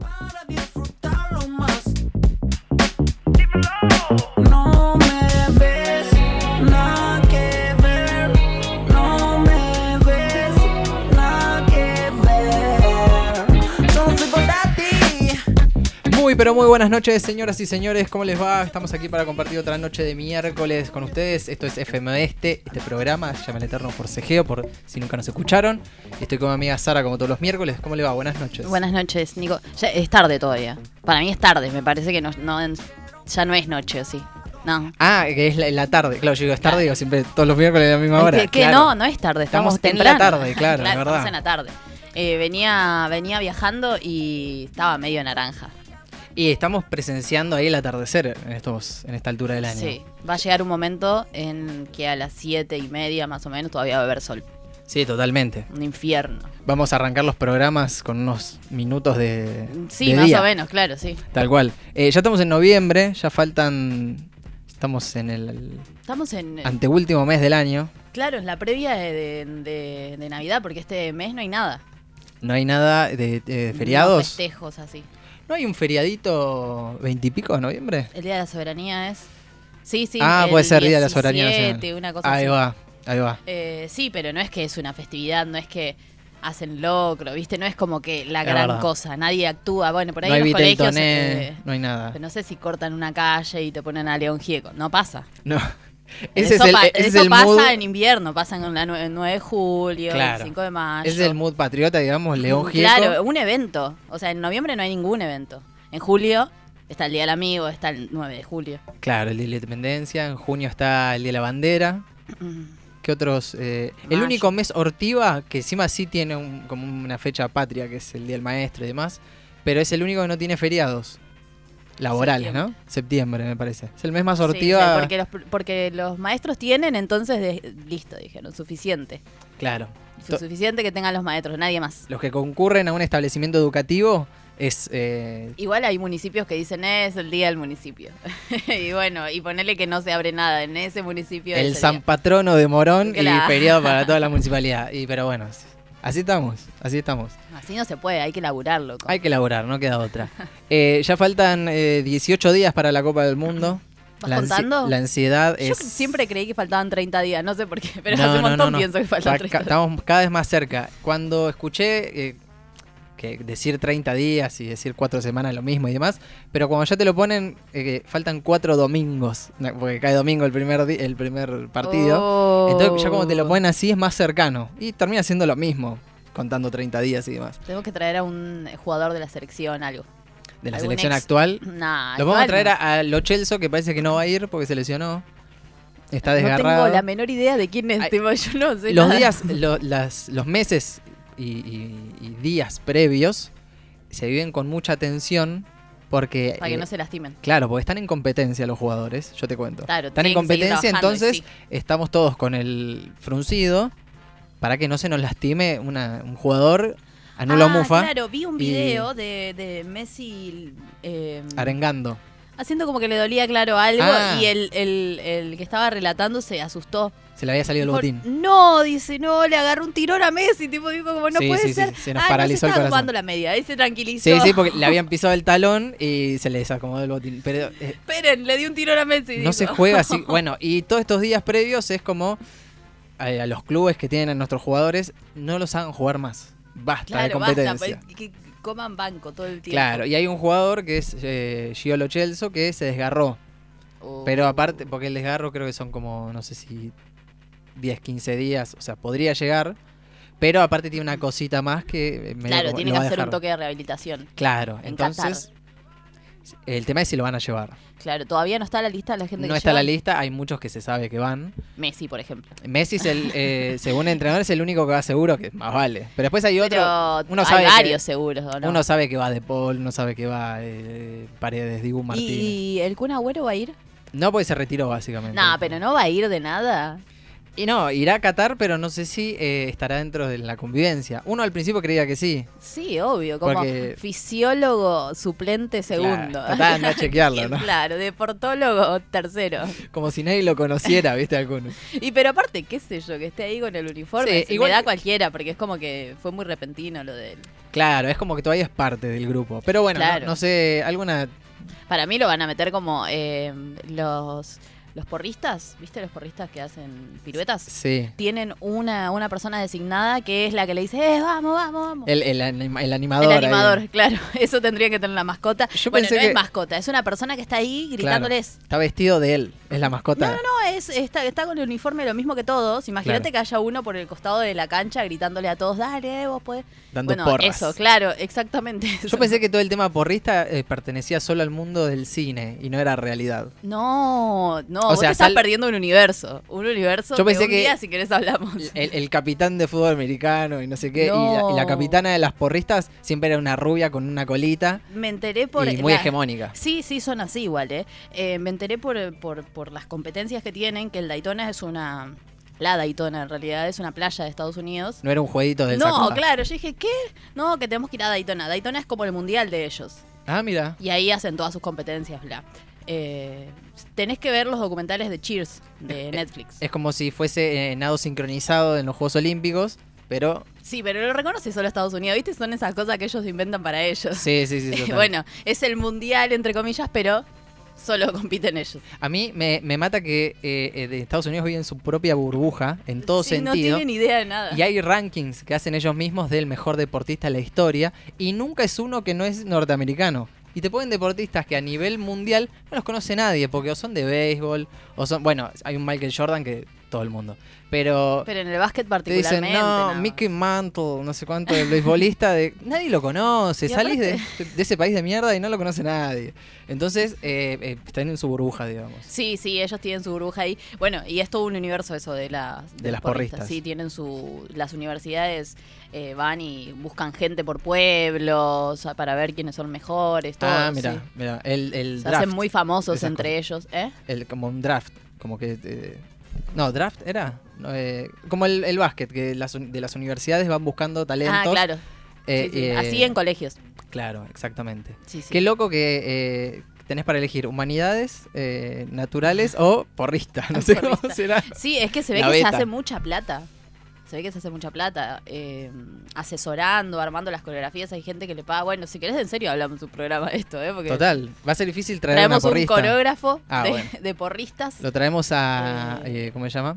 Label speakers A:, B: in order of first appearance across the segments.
A: Para disfrutarlo más. No me ves, nada que ver. No me ves, nada que ver. Solo soy para ti.
B: Muy, pero muy buenas noches, señoras y señores. ¿Cómo les va? Estamos aquí para compartir otra noche de miércoles con ustedes. Esto es FM Este, este programa se llama El Eterno Forcejeo, por si nunca nos escucharon. Estoy con mi amiga Sara, como todos los miércoles. ¿Cómo le va? Buenas noches.
C: Pues Buenas noches, Nico. Ya es tarde todavía. Para mí es tarde, me parece que no, no- ya no es noche, ¿o sí? No.
B: Ah, que es la, la tarde. Claro, yo digo, es tarde, digo, siempre todos los miércoles a la misma hora.
C: que, que
B: Claro.
C: no, no es tarde, estamos,
B: Estamos en la
C: temprano.
B: tarde, claro, es verdad.
C: Estamos en la tarde. Eh, venía, venía viajando y estaba medio naranja.
B: Y estamos presenciando ahí el atardecer en, estos, en esta altura del año.
C: Sí, va a llegar un momento en que a las siete y media más o menos todavía va a haber sol.
B: Sí, totalmente.
C: Un infierno.
B: Vamos a arrancar los programas con unos minutos de.
C: Sí,
B: de
C: más
B: día.
C: o menos, claro, sí.
B: Tal cual. Eh, ya estamos en noviembre, ya faltan. Estamos en el, el
C: Estamos en,
B: anteúltimo mes del año.
C: claro, en la previa de, de- de- de Navidad, porque este mes no hay nada.
B: No hay nada de, de
C: No
B: feriados.
C: festejos así.
B: ¿No hay un feriadito veintipico de noviembre?
C: El Día de la Soberanía es. Sí, sí.
B: ah,
C: el
B: puede ser Día de la Soberanía
C: 17,
B: Nacional.
C: una cosa
B: ahí
C: así.
B: va, ahí va.
C: Eh, sí, pero no es que es una festividad, no es que hacen locro, ¿viste? No es como que la
B: Es
C: gran
B: verdad.
C: cosa. Nadie actúa. Bueno, por ahí
B: No hay
C: en los colegios.
B: Viteltoné,
C: eh,
B: no hay nada.
C: no sé si cortan una calle y te ponen a León Gieco. No pasa.
B: No. Ese
C: eso
B: es el,
C: pa-
B: ese es
C: eso
B: el
C: pasa
B: mood.
C: en invierno, pasan en la nue- el 9 de julio,
B: Claro.
C: el 5 de mayo.
B: Ese es el mood patriota, digamos, León Gieco.
C: Mm, Claro, un evento. O sea, en noviembre no hay ningún evento. En julio está el Día del Amigo, está el 9 de julio.
B: Claro, el Día de la Independencia. En junio está el Día de la Bandera. ¿Qué otros? eh, el
C: Mayo.
B: único mes Ortiva, que encima sí tiene un- como una fecha patria, que es el Día del Maestro y demás, pero es el único que no tiene feriados laborales, ¿no? Septiembre, me parece. Es el mes más
C: Sí,
B: Ortiva.
C: sí, porque, los, pr- porque los maestros tienen, entonces de- listo, dijeron, suficiente.
B: Claro.
C: Su- suficiente que tengan los maestros, nadie más.
B: Los que concurren a un establecimiento educativo es... eh,
C: Igual hay municipios que dicen, "Eh, es el día del municipio. y bueno, y ponele que no se abre nada en ese municipio.
B: el
C: ese
B: San
C: día.
B: Patrono de Morón y
C: Claro.
B: feriado para toda la municipalidad. Y, pero bueno, así estamos, así estamos.
C: Así no se puede, hay que laburarlo.
B: Hay que elaborar, no queda otra. Eh, ya faltan eh, 18 días para la Copa del Mundo.
C: ¿Vas
B: la ansi-
C: contando?
B: La ansiedad
C: Yo
B: es...
C: siempre creí que faltaban 30 días, no sé por qué, pero
B: No,
C: hace
B: no,
C: un montón
B: no, no.
C: pienso que faltan
B: Está
C: 30
B: ca- Estamos cada vez más cerca. Cuando escuché eh, que decir 30 días y decir 4 semanas es lo mismo y demás, pero cuando ya te lo ponen, eh, que faltan 4 domingos, na- porque cae domingo el primer, di- el primer partido.
C: Oh.
B: Entonces ya como te lo ponen así es más cercano. Y termina siendo lo mismo, contando 30 días y demás.
C: Tenemos que traer a un eh, jugador de la selección, algo.
B: De la
C: Algún
B: selección
C: ex-
B: actual,
C: Nah,
B: Lo vamos a
C: igual
B: traer
C: no.
B: a, a Lo Celso, que parece que no va a ir porque se lesionó. Está
C: No
B: desgarrado.
C: tengo la menor idea de quién es,
B: Ay,
C: tipo, yo no sé
B: los
C: nada.
B: días, lo- las- los meses y, y- y días previos se viven con mucha tensión porque.
C: Para
B: eh,
C: que no se lastimen.
B: Claro, porque están en competencia los jugadores, yo te cuento.
C: Claro,
B: están en
C: tienen que seguir
B: competencia,
C: trabajando,
B: entonces
C: y
B: estamos todos con el fruncido para que no se nos lastime una- un jugador anulo
C: ah,
B: mufa
C: Claro, vi un
B: y-
C: video de, de Messi eh,
B: arengando.
C: haciendo como que le dolía, claro, algo
B: Ah.
C: y el, el- el que estaba relatando se asustó.
B: Se le había salido el
C: Dijo,
B: botín.
C: no, dice, no, le agarró un tirón a Messi. Tipo, dijo, como no
B: Sí,
C: puede
B: sí, sí,
C: ser.
B: sí, se nos
C: Ah, no,
B: paralizó el
C: estaba
B: corazón.
C: tomando la media. Ahí se tranquilizó.
B: Sí, sí, porque le habían pisado el talón y se le desacomodó el botín. Pero eh,
C: Esperen, le di un tirón a
B: no
C: Messi. dijo.
B: se juega así. Bueno, y todos estos días previos es como eh, a los clubes que tienen a nuestros jugadores, no los hagan jugar más. Basta de
C: Claro,
B: competencia.
C: basta. pues, que- que coman banco todo el tiempo.
B: claro, y hay un jugador que es eh, Gio Lo Celso que se desgarró.
C: Oh.
B: Pero aparte, porque el desgarro creo que son como, no sé si 10, 15 días, o sea, podría llegar. Pero aparte tiene una cosita más que... eh, medio
C: Claro,
B: como
C: tiene
B: lo
C: que
B: va a
C: hacer un
B: dejar.
C: toque de rehabilitación.
B: Claro,
C: en
B: entonces... El tema es si lo van a llevar.
C: Claro, todavía no está la lista de la gente
B: No
C: que
B: está en la
C: lleva.
B: lista, hay muchos que se sabe que van.
C: Messi, por ejemplo.
B: Messi, es el, eh, según el entrenador, es el único que va seguro, que más vale. Pero después hay otro.
C: Pero
B: uno
C: hay
B: sabe que-
C: varios seguros, ¿o no?
B: Uno sabe que va De Paul, uno sabe que va eh, Paredes, Dibu Martínez.
C: ¿Y, y el Kun Agüero va a ir?
B: No, porque se retiró, básicamente.
C: No, pero no va a ir de nada.
B: Y no, irá a Qatar, pero no sé si eh, estará dentro de la convivencia. Uno al principio creía que sí.
C: Sí, obvio, como
B: Porque-
C: fisiólogo suplente segundo.
B: Claro, trataban de no chequearlo, ¿no?
C: Claro, deportólogo tercero.
B: Como si nadie lo conociera, viste, alguno.
C: Y pero aparte, qué sé yo, que esté ahí con el uniforme,
B: Sí,
C: se
B: igual-
C: me da cualquiera, porque es como que fue muy repentino lo de él.
B: Claro, es como que todavía es parte del grupo. Pero bueno, no-
C: Claro.
B: no, sé, alguna...
C: Para mí lo van a meter como eh, los, los porristas, ¿viste los porristas que hacen piruetas?
B: Sí.
C: Tienen una, una persona designada que es la que le dice, eh, vamos, vamos, vamos.
B: El, el anima- el animador.
C: El
B: ahí.
C: animador, claro. Eso tendría que tener la mascota.
B: Yo
C: bueno,
B: pensé
C: no
B: que-
C: es mascota, es una persona que está ahí gritándoles.
B: Está vestido de él, es la mascota.
C: No, no, es, está, está con el uniforme lo mismo que todos. Imagínate
B: Claro.
C: que haya uno por el costado de la cancha gritándole a todos, dale, vos podés.
B: Dando
C: bueno,
B: porras.
C: eso, claro, exactamente.
B: Yo pensé que todo el tema porrista eh, pertenecía solo al mundo del cine y no era realidad.
C: No, no, vos
B: sea,
C: te estás
B: sal-
C: perdiendo un universo. Un universo
B: Yo
C: que
B: pensé
C: un
B: que-
C: día, si querés, hablamos.
B: El, el capitán de fútbol americano y no sé qué. y la- Y, la,
C: No.
B: capitana de las porristas siempre era una rubia con una colita
C: Me enteré por...
B: y muy
C: la-
B: hegemónica.
C: Sí, sí, son así igual, ¿eh? Eh, me enteré por, por, por las competencias que tienen que el Daytona es una... La Daytona, en realidad, es una playa de Estados Unidos.
B: No era un jueguito del
C: No,
B: Sakura.
C: claro, yo dije, ¿qué? No, que tenemos que ir a Daytona. Daytona es como el mundial de ellos.
B: Ah, mira.
C: Y ahí hacen todas sus competencias, bla. Eh, tenés que ver los documentales de Cheers
B: Eh,
C: de Netflix.
B: Es como si fuese eh, nado sincronizado en los Juegos Olímpicos, pero
C: Sí, pero lo reconoce solo Estados Unidos, ¿viste? Son esas cosas que ellos inventan para ellos.
B: sí, sí, sí. total.
C: bueno, es el mundial, entre comillas, pero solo compiten ellos.
B: A mí me, me mata que eh, eh, de Estados Unidos vive en su propia burbuja, en todo
C: Sí, No
B: sentido.
C: tienen idea de nada.
B: Y hay rankings que hacen ellos mismos del mejor deportista de la historia y nunca es uno que no es norteamericano. Y te ponen deportistas que a nivel mundial no los conoce nadie porque o son de béisbol o son, bueno, hay un Michael Jordan que todo el mundo, pero,
C: Pero en el básquet
B: te dicen,
C: particularmente.
B: no,
C: nada más".
B: Mickey Mantle, no sé cuánto, el beisbolista, de... nadie lo conoce,
C: Y
B: salís de, de ese país de mierda y no lo conoce nadie. Entonces, eh, eh, están en su burbuja, digamos.
C: Sí, sí, ellos tienen su burbuja ahí. Bueno, y es todo un universo eso de las,
B: De las porristas.
C: Sí, tienen su. Las universidades eh, van y buscan gente por pueblos a- para ver quiénes son mejores, todo.
B: ah,
C: sí.
B: mira, mira, el, el
C: Se
B: draft,
C: hacen muy famosos
B: esas
C: entre ellos, ¿eh?
B: el, como un draft, como que... eh, no, draft era. no, eh, como el, el básquet, que las, un- de las universidades van buscando talentos.
C: ah, claro.
B: eh,
C: Sí, sí.
B: eh,
C: Así en colegios.
B: Claro, exactamente.
C: Sí, sí.
B: Qué loco que eh, tenés para elegir humanidades, eh, naturales o porrista, no sé cómo
C: Porrista.
B: será.
C: Sí, es que se ve
B: La
C: que
B: beta.
C: se hace mucha plata. Se ve que se hace mucha plata. eh, asesorando, armando las coreografías. Hay gente que le paga. Bueno, si querés, en serio hablamos de tu programa de esto, ¿eh? Porque
B: Total, va a ser difícil traer a una
C: traemos un
B: porrista.
C: coreógrafo
B: Ah,
C: de,
B: bueno.
C: de porristas.
B: Lo traemos a.
C: Eh.
B: eh, ¿Cómo se llama?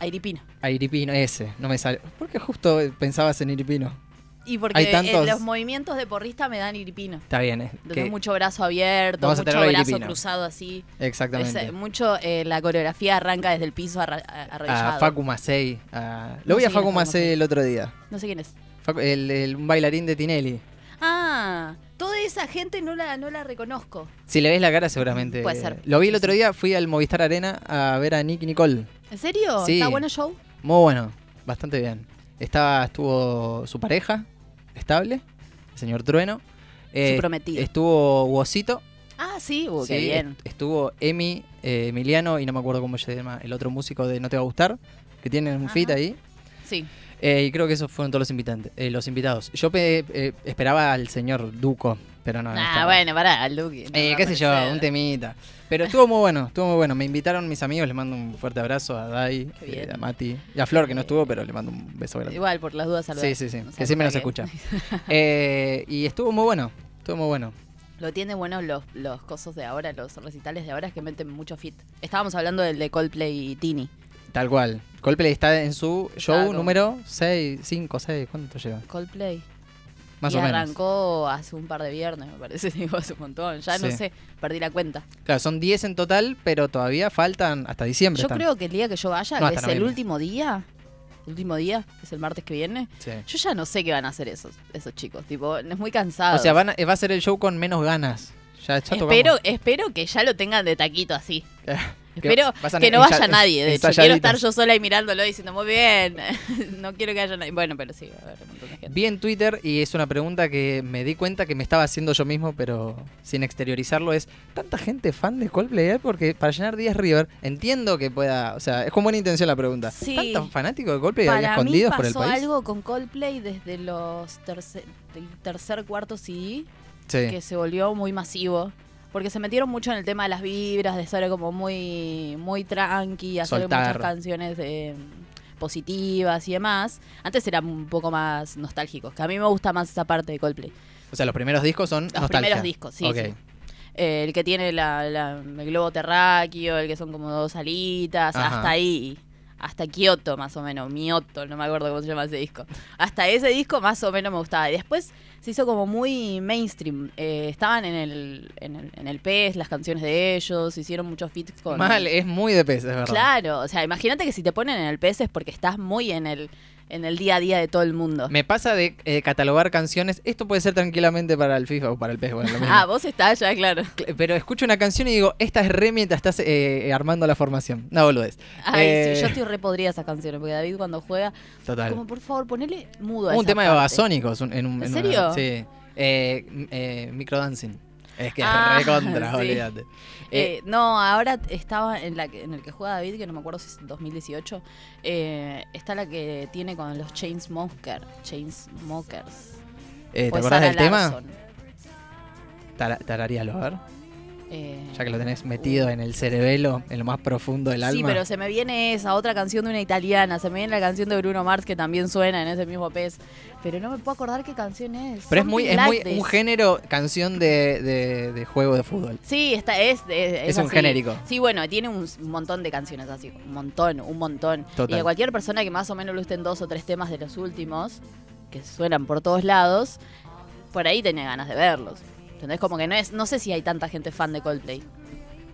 C: A Iripino.
B: A Iripino, ese, no me sale. ¿Por qué justo pensabas en Iripino?
C: Y porque
B: Hay
C: eh,
B: tantos-
C: los movimientos de porrista me dan iripino.
B: Está bien, eh,
C: Entonces
B: que-
C: mucho brazo abierto,
B: Vamos a
C: mucho
B: tenerlo
C: brazo
B: iripino.
C: cruzado así. Es,
B: Exactamente.
C: eh, mucho eh, la coreografía arranca desde el piso arra- a- arrodillado.
B: a Facu Macei. a-
C: No
B: Lo vi
C: sé
B: a
C: quién es
B: Facu
C: Facu
B: Macei
C: Macei.
B: el otro día.
C: No sé quién es.
B: Facu- El, el- un bailarín de Tinelli.
C: Ah, toda esa gente no la, no la reconozco.
B: Si le ves la cara, seguramente.
C: Puede ser.
B: Lo vi el otro día, fui al Movistar Arena a ver a Nick Nicole.
C: ¿En serio?
B: Sí.
C: ¿Está bueno el show?
B: Muy bueno, bastante bien. Estaba, estuvo su pareja, estable, el señor Trueno. Eh,
C: prometido.
B: Estuvo Wosito.
C: Ah, sí, uh,
B: Sí,
C: qué bien.
B: est- Estuvo Emi, eh, Emiliano y no me acuerdo cómo se llama el otro músico de No Te Va a Gustar, que tienen un
C: Ajá.
B: fit ahí.
C: Sí.
B: Eh, y creo que esos fueron todos los, invitantes, eh, los invitados. Yo pe- eh, esperaba al señor Duco, pero no. no
C: ah,
B: estaba.
C: bueno, pará, Luke. no
B: Eh,
C: va a
B: qué sé yo,
C: aparecer.
B: un temita. Pero estuvo muy bueno, estuvo muy bueno. Me invitaron mis amigos, les mando un fuerte abrazo a Dai,
C: Qué bien.
B: eh, a Mati y a Flor, que no estuvo, pero le mando un beso grande.
C: Igual, por las dudas, saludar.
B: Sí, sí, sí,
C: No sé
B: que siempre
C: para
B: nos
C: qué.
B: escucha. Eh, y estuvo muy bueno, estuvo muy bueno.
C: Lo tienen buenos los, los cosos de ahora, los recitales de ahora que meten mucho fit. Estábamos hablando del de Coldplay y Tini.
B: Tal cual. Coldplay está en su show
C: Está como-
B: número 6, 5, 6, ¿cuánto lleva?
C: Coldplay.
B: Más
C: y
B: o menos.
C: arrancó hace un par de viernes, me parece, digo, hace un montón. Ya no
B: Sí.
C: sé, perdí la cuenta.
B: Claro, son 10 en total, pero todavía faltan hasta diciembre.
C: Yo
B: están.
C: creo que el día que yo vaya,
B: No,
C: que
B: hasta
C: es el
B: noviembre.
C: último día, el último día, que es el martes que viene,
B: Sí.
C: yo ya no sé qué van a hacer esos, esos chicos. Tipo, es muy cansado.
B: O sea, van a- eh, va a ser el show con menos ganas. Ya, ya tocamos.
C: espero, espero que ya lo tengan de taquito así. Espero
B: vas a
C: que no
B: ensay-
C: vaya nadie, de hecho. Quiero estar
B: ensayaditas.
C: yo sola y mirándolo y diciendo, muy bien, no quiero que haya nadie. Bueno, pero sí, va a haber un montón de gente.
B: Vi en Twitter, y es una pregunta que me di cuenta que me estaba haciendo yo mismo, pero sin exteriorizarlo, es ¿tanta gente fan de Coldplay? hay? Porque para llenar 10 River, entiendo que pueda, o sea, es con buena intención la pregunta.
C: Sí.
B: ¿Tanto fanático de Coldplay había
C: Para mí
B: escondidos por el
C: pasó
B: país?
C: algo con Coldplay desde los tercer, del tercer cuarto CD,
B: Sí.
C: que se volvió muy masivo. Porque se metieron mucho en el tema de las vibras, de ser como muy, muy tranqui, hacer
B: Soltar.
C: muchas canciones eh, positivas y demás. Antes eran un poco más nostálgicos, que a mí me gusta más esa parte de Coldplay.
B: O sea, los primeros discos son
C: Los
B: nostalgia.
C: primeros discos, sí,
B: Ok.
C: sí. Eh, el que tiene la- la- el globo terráqueo, el que son como dos alitas,
B: Ajá.
C: hasta ahí. Hasta Kioto, más o menos. Mioto, no me acuerdo cómo se llama ese disco. Hasta ese disco, más o menos, me gustaba. Y después se hizo como muy mainstream. Eh, estaban en el, en, el, en el PES, las canciones de ellos, hicieron muchos feats con.
B: Mal, es muy de pez, es verdad.
C: Claro, o sea, imagínate que si te ponen en el PES es porque estás muy en el, en el día a día de todo el mundo.
B: Me pasa de eh, catalogar canciones, esto puede ser tranquilamente para el FIFA o para el PES, bueno, lo mismo.
C: Ah, vos estás ya, claro.
B: Cl- Pero escucho una canción y digo, esta es re mientras estás eh, armando la formación. No, boludez.
C: Ay,
B: Eh,
C: sí, yo estoy re podrida esas canciones, porque David cuando juega
B: Total.
C: Como por favor, ponele mudo a
B: Hubo un
C: esa
B: tema de
C: parte.
B: Babasónicos un- en un.
C: ¿En
B: una-
C: serio?
B: sí. Eh, m- eh, microdancing. Es que
C: Ah,
B: es recontra,
C: sí.
B: olvídate. Eh,
C: Eh, no, ahora estaba en la que- en el que juega David, que no me acuerdo si es 2018. eh, está la que tiene con los Chainsmokers. Chainsmokers.
B: eh, ¿Te
C: Fue
B: acordás
C: Sara
B: del tema?
C: Larsson.
B: Tara- Tararíalo, a ver.
C: Eh,
B: Ya que lo tenés metido en el cerebelo, en lo más profundo del
C: Sí,
B: alma.
C: pero se me viene esa otra canción de una italiana. Se me viene la canción de Bruno Mars que también suena en ese mismo pez. Pero no me puedo acordar qué canción es.
B: Pero es muy, es
C: Something
B: muy
C: like
B: un
C: this.
B: género, canción de, de- de juego de fútbol.
C: Sí, esta es, es,
B: Es un
C: así.
B: genérico.
C: Sí, bueno, tiene un s- montón de canciones así, un montón, un montón.
B: Total.
C: Y a cualquier persona que más o menos le gusten dos o tres temas de los últimos, que suenan por todos lados, por ahí tenía ganas de verlos. ¿Entendés? Como que no es, no sé si hay tanta gente fan de Coldplay.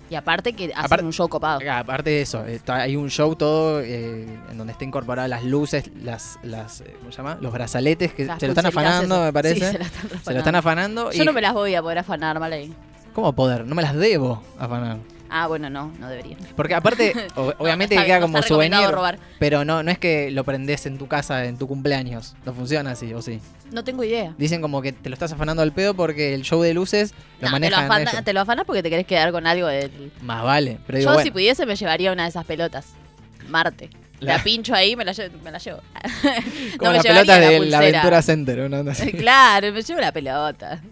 C: Y aparte que hacen
B: Aparte-
C: un show copado.
B: Ah, Aparte de eso, está- hay un show todo eh, en donde está incorporadas las luces, las, las eh, ¿cómo se llama? Los brazaletes que
C: Las
B: se lo están
C: pulseritas
B: afanando,
C: esas.
B: me parece. se,
C: Sí, se
B: lo
C: lo están
B: están
C: afanando.
B: afanando.
C: Yo
B: y,
C: no me las voy a poder afanar, Malay.
B: ¿Cómo poder? No me las debo afanar.
C: Ah, bueno, no, no debería.
B: Porque aparte, o- obviamente
C: está
B: que queda
C: bien, no
B: como
C: está recomendado
B: souvenir,
C: robar.
B: pero no, no es que lo prendés en tu casa en tu cumpleaños. No funciona así, o sí.
C: No tengo idea.
B: Dicen como que te lo estás afanando al pedo porque el show de luces lo
C: No, te, lo
B: manejan
C: afana-
B: ellos.
C: te lo afanas porque te querés quedar con algo del,
B: Más vale. Pero digo,
C: Yo
B: bueno,
C: si pudiese me llevaría una de esas pelotas. Marte. La,
B: La-
C: pincho ahí, me la, lle- me la llevo.
B: como
C: me
B: las
C: llevaría
B: pelotas
C: la
B: de la
C: pulsera.
B: Aventura Center. una onda así.
C: claro, me llevo la pelota.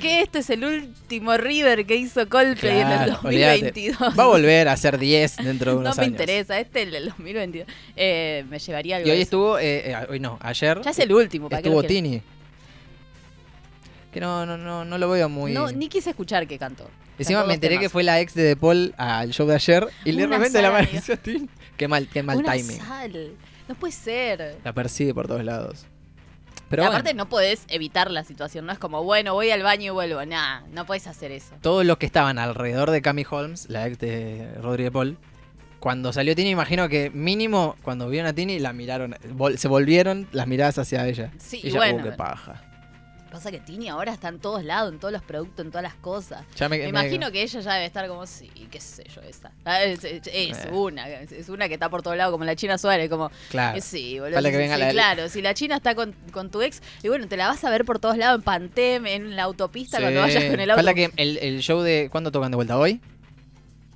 C: Que este es el último River que hizo Coldplay en el
B: Claro, olvídate.
C: 2022.
B: Va a volver a ser 10 dentro de
C: no
B: unos
C: me
B: años.
C: interesa, este es el del 2022. Eh, me llevaría algo.
B: Y hoy
C: de eso.
B: estuvo, eh, eh, hoy no, ayer
C: Ya es el último, ¿para qué lo
B: estuvo
C: quiero?
B: Tini. Que no, no, no, no lo veo muy...
C: No, ni quise escuchar que cantó.
B: Encima
C: Cantó
B: me
C: dos
B: enteré que
C: temas.
B: fue la ex de De Paul al show de ayer y de
C: Una
B: repente le
C: sal,
B: apareció Tini. Qué mal, qué mal
C: Una
B: timing.
C: sal. No puede ser.
B: La persigue por todos lados. Pero bueno,
C: Aparte no podés evitar la situación, no es como, bueno, voy al baño y vuelvo. Nah, no podés hacer eso.
B: todos los que estaban alrededor de Cami Holmes, la ex de Rodri de Paul, cuando salió Tini, imagino que mínimo cuando vieron a Tini la miraron, vol- se volvieron las miradas hacia ella.
C: Sí,
B: y
C: y
B: ella,
C: bueno,
B: "Uh, qué
C: pero-
B: paja.
C: Pasa que Tini ahora está en todos lados, en todos los productos, en todas las cosas.
B: Ya
C: Me imagino que ella ya debe estar como, sí, qué sé yo, esa. Ah, Es, es- es
B: Eh.
C: una, es una que está por todos lados, como la China Suárez, como,
B: Claro.
C: sí, boludo.
B: Falta que
C: sí,
B: venga
C: sí,
B: la-
C: Claro, si la China está con, con tu ex, y bueno, te la vas a ver por todos lados, en Pantem, en la autopista, cuando
B: Sí.
C: vayas con el auto.
B: Falta que el, el show de. ¿Cuándo tocan de vuelta? ¿Hoy?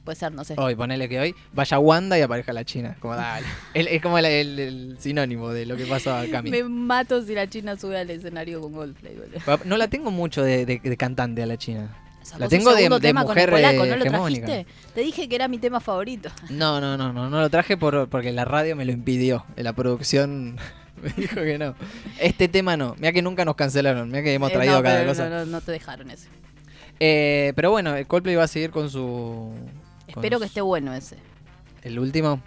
C: Puede ser, no sé.
B: Hoy, ponele que hoy. Vaya Wanda y aparezca la China. Como dale. El- es como el, el- el sinónimo de lo que pasó a Cami.
C: Me mato si la China sube al escenario con Goldplay, boludo.
B: No la tengo mucho de, de- de cantante a la China.
C: Sacó
B: La
C: su
B: tengo de-
C: segundo
B: de
C: tema con el
B: mujer,
C: polaco,
B: eh,
C: ¿no lo
B: hegemónica.
C: trajiste? Te dije que era mi tema favorito.
B: No, no, no, no. No lo traje por, porque la radio me lo impidió. La producción me dijo que no. Este tema no. Mira que nunca nos cancelaron. Mira que hemos
C: Eh,
B: traído
C: no,
B: cada
C: pero
B: cosa.
C: No, no, no te dejaron eso.
B: Eh, pero bueno, el Coldplay va a seguir con su. con
C: Espero que
B: su-
C: esté bueno ese.
B: El último.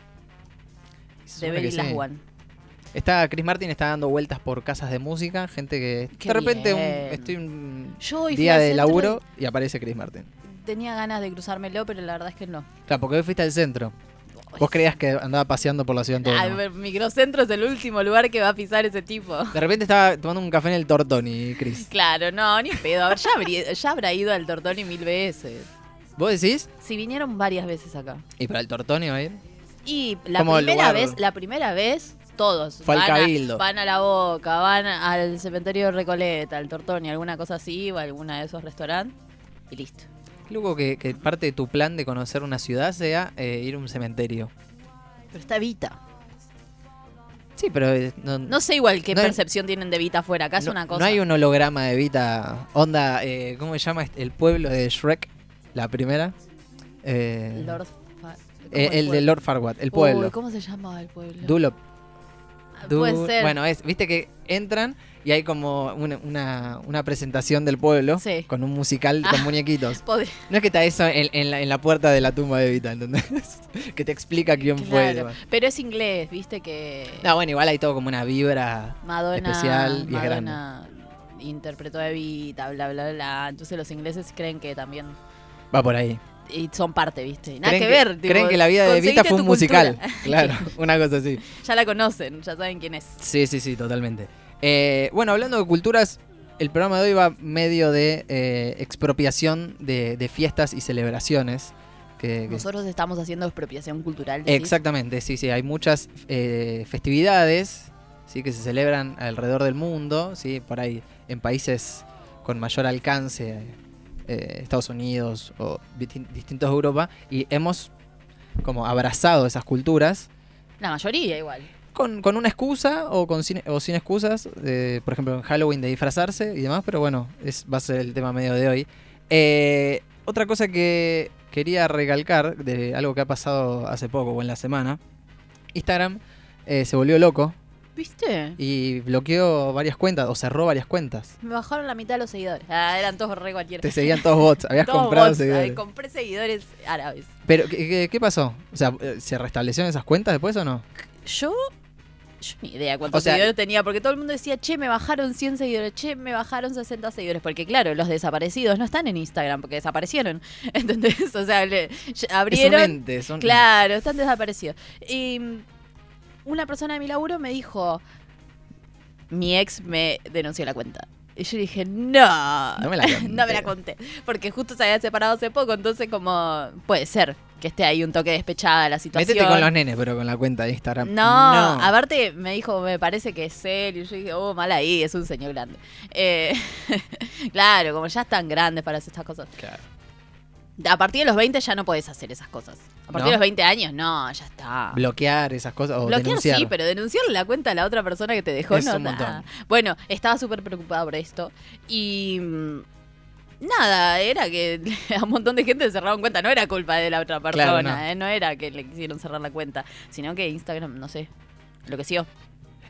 C: De
B: Suena que
C: Very Last
B: sí.
C: One.
B: Está, Chris Martin está dando vueltas por casas de música, gente que
C: Qué
B: de repente un-
C: bien.
B: estoy un
C: Yo hoy fui
B: día
C: al
B: de
C: centro
B: laburo y aparece Chris Martin.
C: Tenía ganas de cruzármelo, pero la verdad es que no.
B: Claro, porque hoy fuiste al centro. Vos creías que andaba paseando por la ciudad
C: Ah,
B: entera. ¿no?
C: el microcentro es el último lugar que va a pisar ese tipo.
B: De repente estaba tomando un café en el Tortoni, Chris.
C: Claro, no, ni pedo. A ver, ya, habría- ya habrá ido al Tortoni mil veces.
B: ¿Vos decís?
C: Si vinieron varias veces acá.
B: ¿Y para el Tortoni va a ir?
C: Y la
B: Como el
C: primera
B: lugar.
C: vez, la primera vez, todos.
B: Fue al
C: van a-
B: Cabildo.
C: Van a, la boca, van al cementerio de Recoleta, al Tortoni, alguna cosa así, o a alguna de esos restaurantes. Y listo.
B: Qué loco que, que parte de tu plan de conocer una ciudad sea eh, ir a un cementerio.
C: Pero está Vita.
B: Sí, pero eh, no,
C: No sé igual qué
B: No hay-
C: percepción tienen de Vita afuera. Acá es
B: no-
C: una cosa.
B: no hay un holograma de Vita. Onda, eh, ¿cómo se llama este- el pueblo de Shrek? La primera. Eh,
C: Lord Fa-
B: eh, el
C: ¿cómo
B: de
C: pueblo?
B: Lord Farquaad, el
C: Uy,
B: pueblo.
C: ¿Cómo se llamaba el pueblo?
B: Dulop.
C: Ah,
B: Du-
C: Puede ser.
B: Bueno, es, viste que entran y hay como una, una- una presentación del pueblo
C: Sí.
B: con un musical con
C: Ah.
B: muñequitos.
C: Podría-
B: No es que está eso en, en la, en la puerta de la tumba de Vita, ¿entendés? que te explica quién fue. y
C: claro.
B: demás.
C: Pero es inglés, viste que.
B: No, bueno, igual hay todo como una vibra.
C: Madonna,
B: Especial y es grande.
C: Madonna interpretó a Evita, bla, bla, bla. Entonces los ingleses creen que también
B: Va por ahí.
C: y son parte, ¿viste? Nada
B: creen
C: que ver. tipo,
B: creen que la vida de Vita
C: conseguiste
B: fue un
C: tu cultura.
B: musical. Claro, una cosa así.
C: ya la conocen, ya saben quién es.
B: Sí, sí, sí, totalmente. Eh, bueno, hablando de culturas, el programa de hoy va medio de eh, expropiación de, de fiestas y celebraciones. Que, que-
C: Nosotros estamos haciendo expropiación cultural. decís.
B: Exactamente, sí, sí. Hay muchas eh, festividades ¿sí? que se celebran alrededor del mundo, ¿sí? por ahí en países con mayor alcance, eh, Estados Unidos o distin- distintos de Europa, y hemos como abrazado esas culturas
C: La mayoría igual.
B: con, con una excusa o, con sin, o sin excusas, eh, por ejemplo en Halloween de disfrazarse y demás, pero bueno, es, va a ser el tema medio de hoy. Eh, otra cosa que quería recalcar de algo que ha pasado hace poco o en la semana, Instagram eh, se volvió loco
C: ¿Viste?
B: y bloqueó varias cuentas o cerró varias cuentas.
C: Me bajaron la mitad de los seguidores. Ah, eran todos re cualquiera.
B: Te seguían todos bots, habías
C: Todos
B: comprado
C: bots,
B: seguidores.
C: ay, compré seguidores árabes.
B: Pero, ¿qué, qué, qué pasó? O sea, eh, ¿se restablecieron esas cuentas después o no?
C: Yo, yo ni idea cuántos
B: O sea-
C: seguidores tenía, porque todo el mundo decía, che, me bajaron 100 seguidores, che, me bajaron 60 seguidores, porque claro, los desaparecidos no están en Instagram, porque desaparecieron, ¿entendés? O sea, le- ya- abrieron...
B: Es un ente, son-
C: Claro, están desaparecidos. Y mm, una persona de mi laburo me dijo, mi ex me denunció la cuenta. Y yo dije, no,
B: No me la conté.
C: no me la conté. Porque justo se había separado hace poco, entonces como puede ser que esté ahí un toque despechada la situación.
B: Métete con los nenes, pero con la cuenta de Instagram.
C: No, aparte me dijo, me parece que es él. Y yo dije, oh, mal ahí, es un señor grande. Eh, claro, como ya están grandes para hacer estas cosas.
B: Claro.
C: A partir de los 20 ya no podés hacer esas cosas. A partir
B: ¿No?
C: de los 20 años, no, ya está.
B: bloquear esas cosas o
C: Bloquear
B: denunciar.
C: sí, pero denunciar la cuenta a la otra persona que te dejó
B: Es
C: no
B: un
C: da.
B: montón.
C: Bueno, estaba súper preocupada por esto. Y. mm, Nada, era que a un montón de gente le cerraron cuenta. No era culpa de la otra persona,
B: Claro, no.
C: no. ¿eh? No era que le quisieron cerrar la cuenta, sino que Instagram, no sé, lo que enloqueció.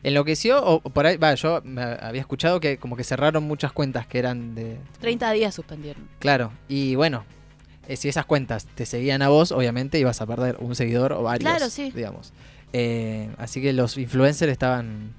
B: ¿Enloqueció o o por ahí? Va, yo me había escuchado que como que cerraron muchas cuentas que eran de...
C: 30 días suspendieron.
B: Claro, y bueno, eh, si esas cuentas te seguían a vos, obviamente ibas a perder un seguidor o varios.
C: Claro, sí.
B: Digamos. Eh, así que los influencers estaban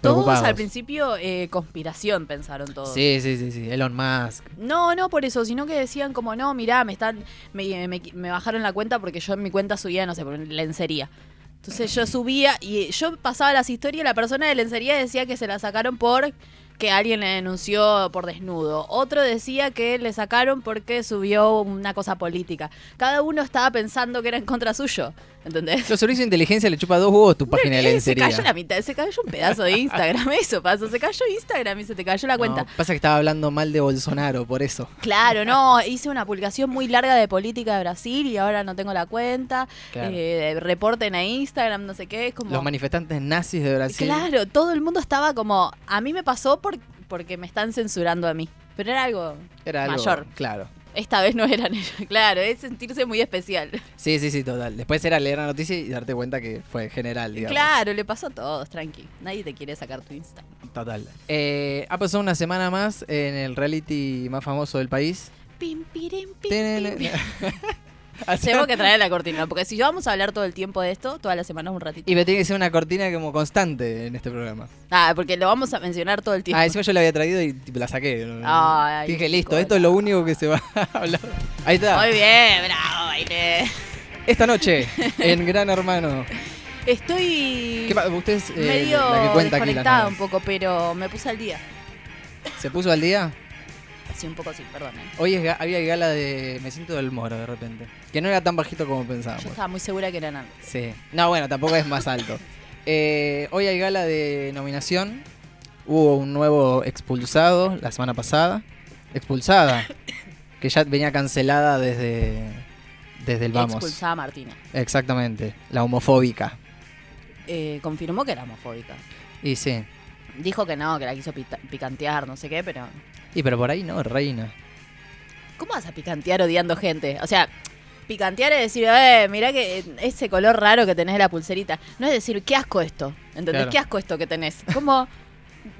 B: preocupados.
C: Todos al principio eh, conspiración pensaron todos.
B: Sí, sí, sí, sí, Elon Musk.
C: No, no por eso, sino que decían como, no, mirá, me están, me, me- me bajaron la cuenta porque yo en mi cuenta subía, no sé, por lencería. Entonces yo subía y yo pasaba las historias y la persona de lencería decía que se la sacaron por que alguien le denunció por desnudo. Otro decía que le sacaron porque subió una cosa política. Cada uno estaba pensando que era en contra suyo, ¿entendés?
B: Los servicios de inteligencia le chupa dos huevos tu página de
C: Eh, Se
B: lencería.
C: cayó la mitad, se cayó un pedazo de Instagram, eso pasó, se cayó Instagram y se te cayó la
B: No,
C: cuenta.
B: pasa que estaba hablando mal de Bolsonaro, por eso.
C: Claro, no, hice una publicación muy larga de política de Brasil y ahora no tengo la cuenta.
B: Claro.
C: Eh, reporten a Instagram, no sé qué, es como...
B: Los manifestantes nazis de Brasil.
C: Claro, todo el mundo estaba como, a mí me pasó por, porque me están censurando a mí. Pero era algo,
B: Era algo,
C: Mayor.
B: Claro.
C: esta vez no eran ellos, claro, es sentirse muy especial.
B: Sí, sí, sí, total. Después era leer la noticia y darte cuenta que fue general, digamos.
C: Claro, le pasó a todos, tranqui. Nadie te quiere sacar tu Instagram.
B: Total. Eh, ha pasado una semana más en el reality más famoso del país.
C: Pim, pirim, pim, pim, pim. Tenemos
B: Hacemos-
C: que traer la cortina, porque si vamos a hablar todo el tiempo de esto, todas las semanas un ratito.
B: Y me tiene que ser una cortina como constante en este programa.
C: Ah, porque lo vamos a mencionar todo el tiempo.
B: Ah, encima yo la había traído y tipo, la saqué.
C: Ay,
B: Dije,
C: qué
B: listo,
C: cosa.
B: esto es lo único que se va a hablar. Ahí está.
C: Muy bien, bravo, Aire.
B: Esta noche, en Gran Hermano.
C: Estoy
B: ¿Qué pa- Usted es eh,
C: medio
B: la que cuenta aquí las
C: desconectada un
B: notas.
C: poco, pero me puse al día.
B: ¿Se puso al día?
C: sí, un poco sí, perdón. ¿eh?
B: Hoy es ga- había gala de Me siento del Moro de repente. Que no era tan bajito como
C: Yo
B: pensábamos.
C: estaba muy segura que eran antes.
B: Sí. No, bueno, tampoco es más alto. Eh, hoy hay gala de nominación. Hubo un nuevo expulsado la semana pasada. Expulsada. Que ya venía cancelada desde, desde el vamos.
C: Expulsada a Martina.
B: Exactamente. La homofóbica.
C: Eh, confirmó que era homofóbica.
B: Y sí.
C: Dijo que no, que la quiso pita- picantear, no sé qué, pero.
B: Y pero por ahí no, reina.
C: ¿Cómo vas a picantear odiando gente? O sea, picantear es decir, eh, mirá que ese color raro que tenés de la pulserita. No es decir, qué asco esto. ¿Entendés?
B: Claro.
C: ¿Qué asco esto que tenés? Como.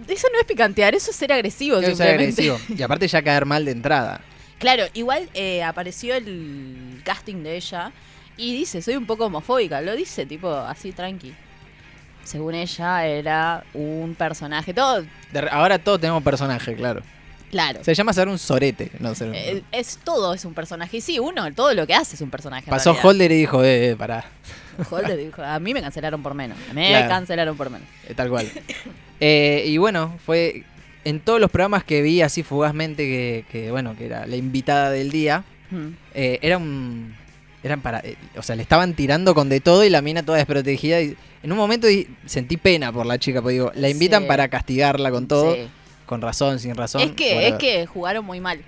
C: Eso no es picantear, eso es ser agresivo,
B: Eso es
C: simplemente.
B: agresivo. Y aparte ya caer mal de entrada.
C: Claro, igual eh, apareció el casting de ella y dice, soy un poco homofóbica. Lo dice, tipo, así tranqui. Según ella, era un personaje. Todo,
B: De re- ahora todos tenemos personaje, claro.
C: claro.
B: Se llama ser un sorete, no ser un-
C: Eh, es todo es un personaje. Y sí, uno, todo lo que hace es un personaje. en
B: Pasó
C: realidad.
B: Holder y dijo, eh, eh, pará.
C: Holder dijo, a mí me cancelaron por menos. Me
B: Claro.
C: cancelaron por menos.
B: Eh, Tal cual. Eh, y bueno, fue en todos los programas que vi así fugazmente que, que, bueno, que era la invitada del día,
C: Mm.
B: eh, era un- Eran para. eh, o sea, le estaban tirando con de todo y la mina toda desprotegida. Y en un momento di- sentí pena por la chica, porque digo, la invitan
C: Sí.
B: para castigarla con todo,
C: Sí.
B: con razón, sin razón.
C: Es que,
B: whatever.
C: es que jugaron muy mal.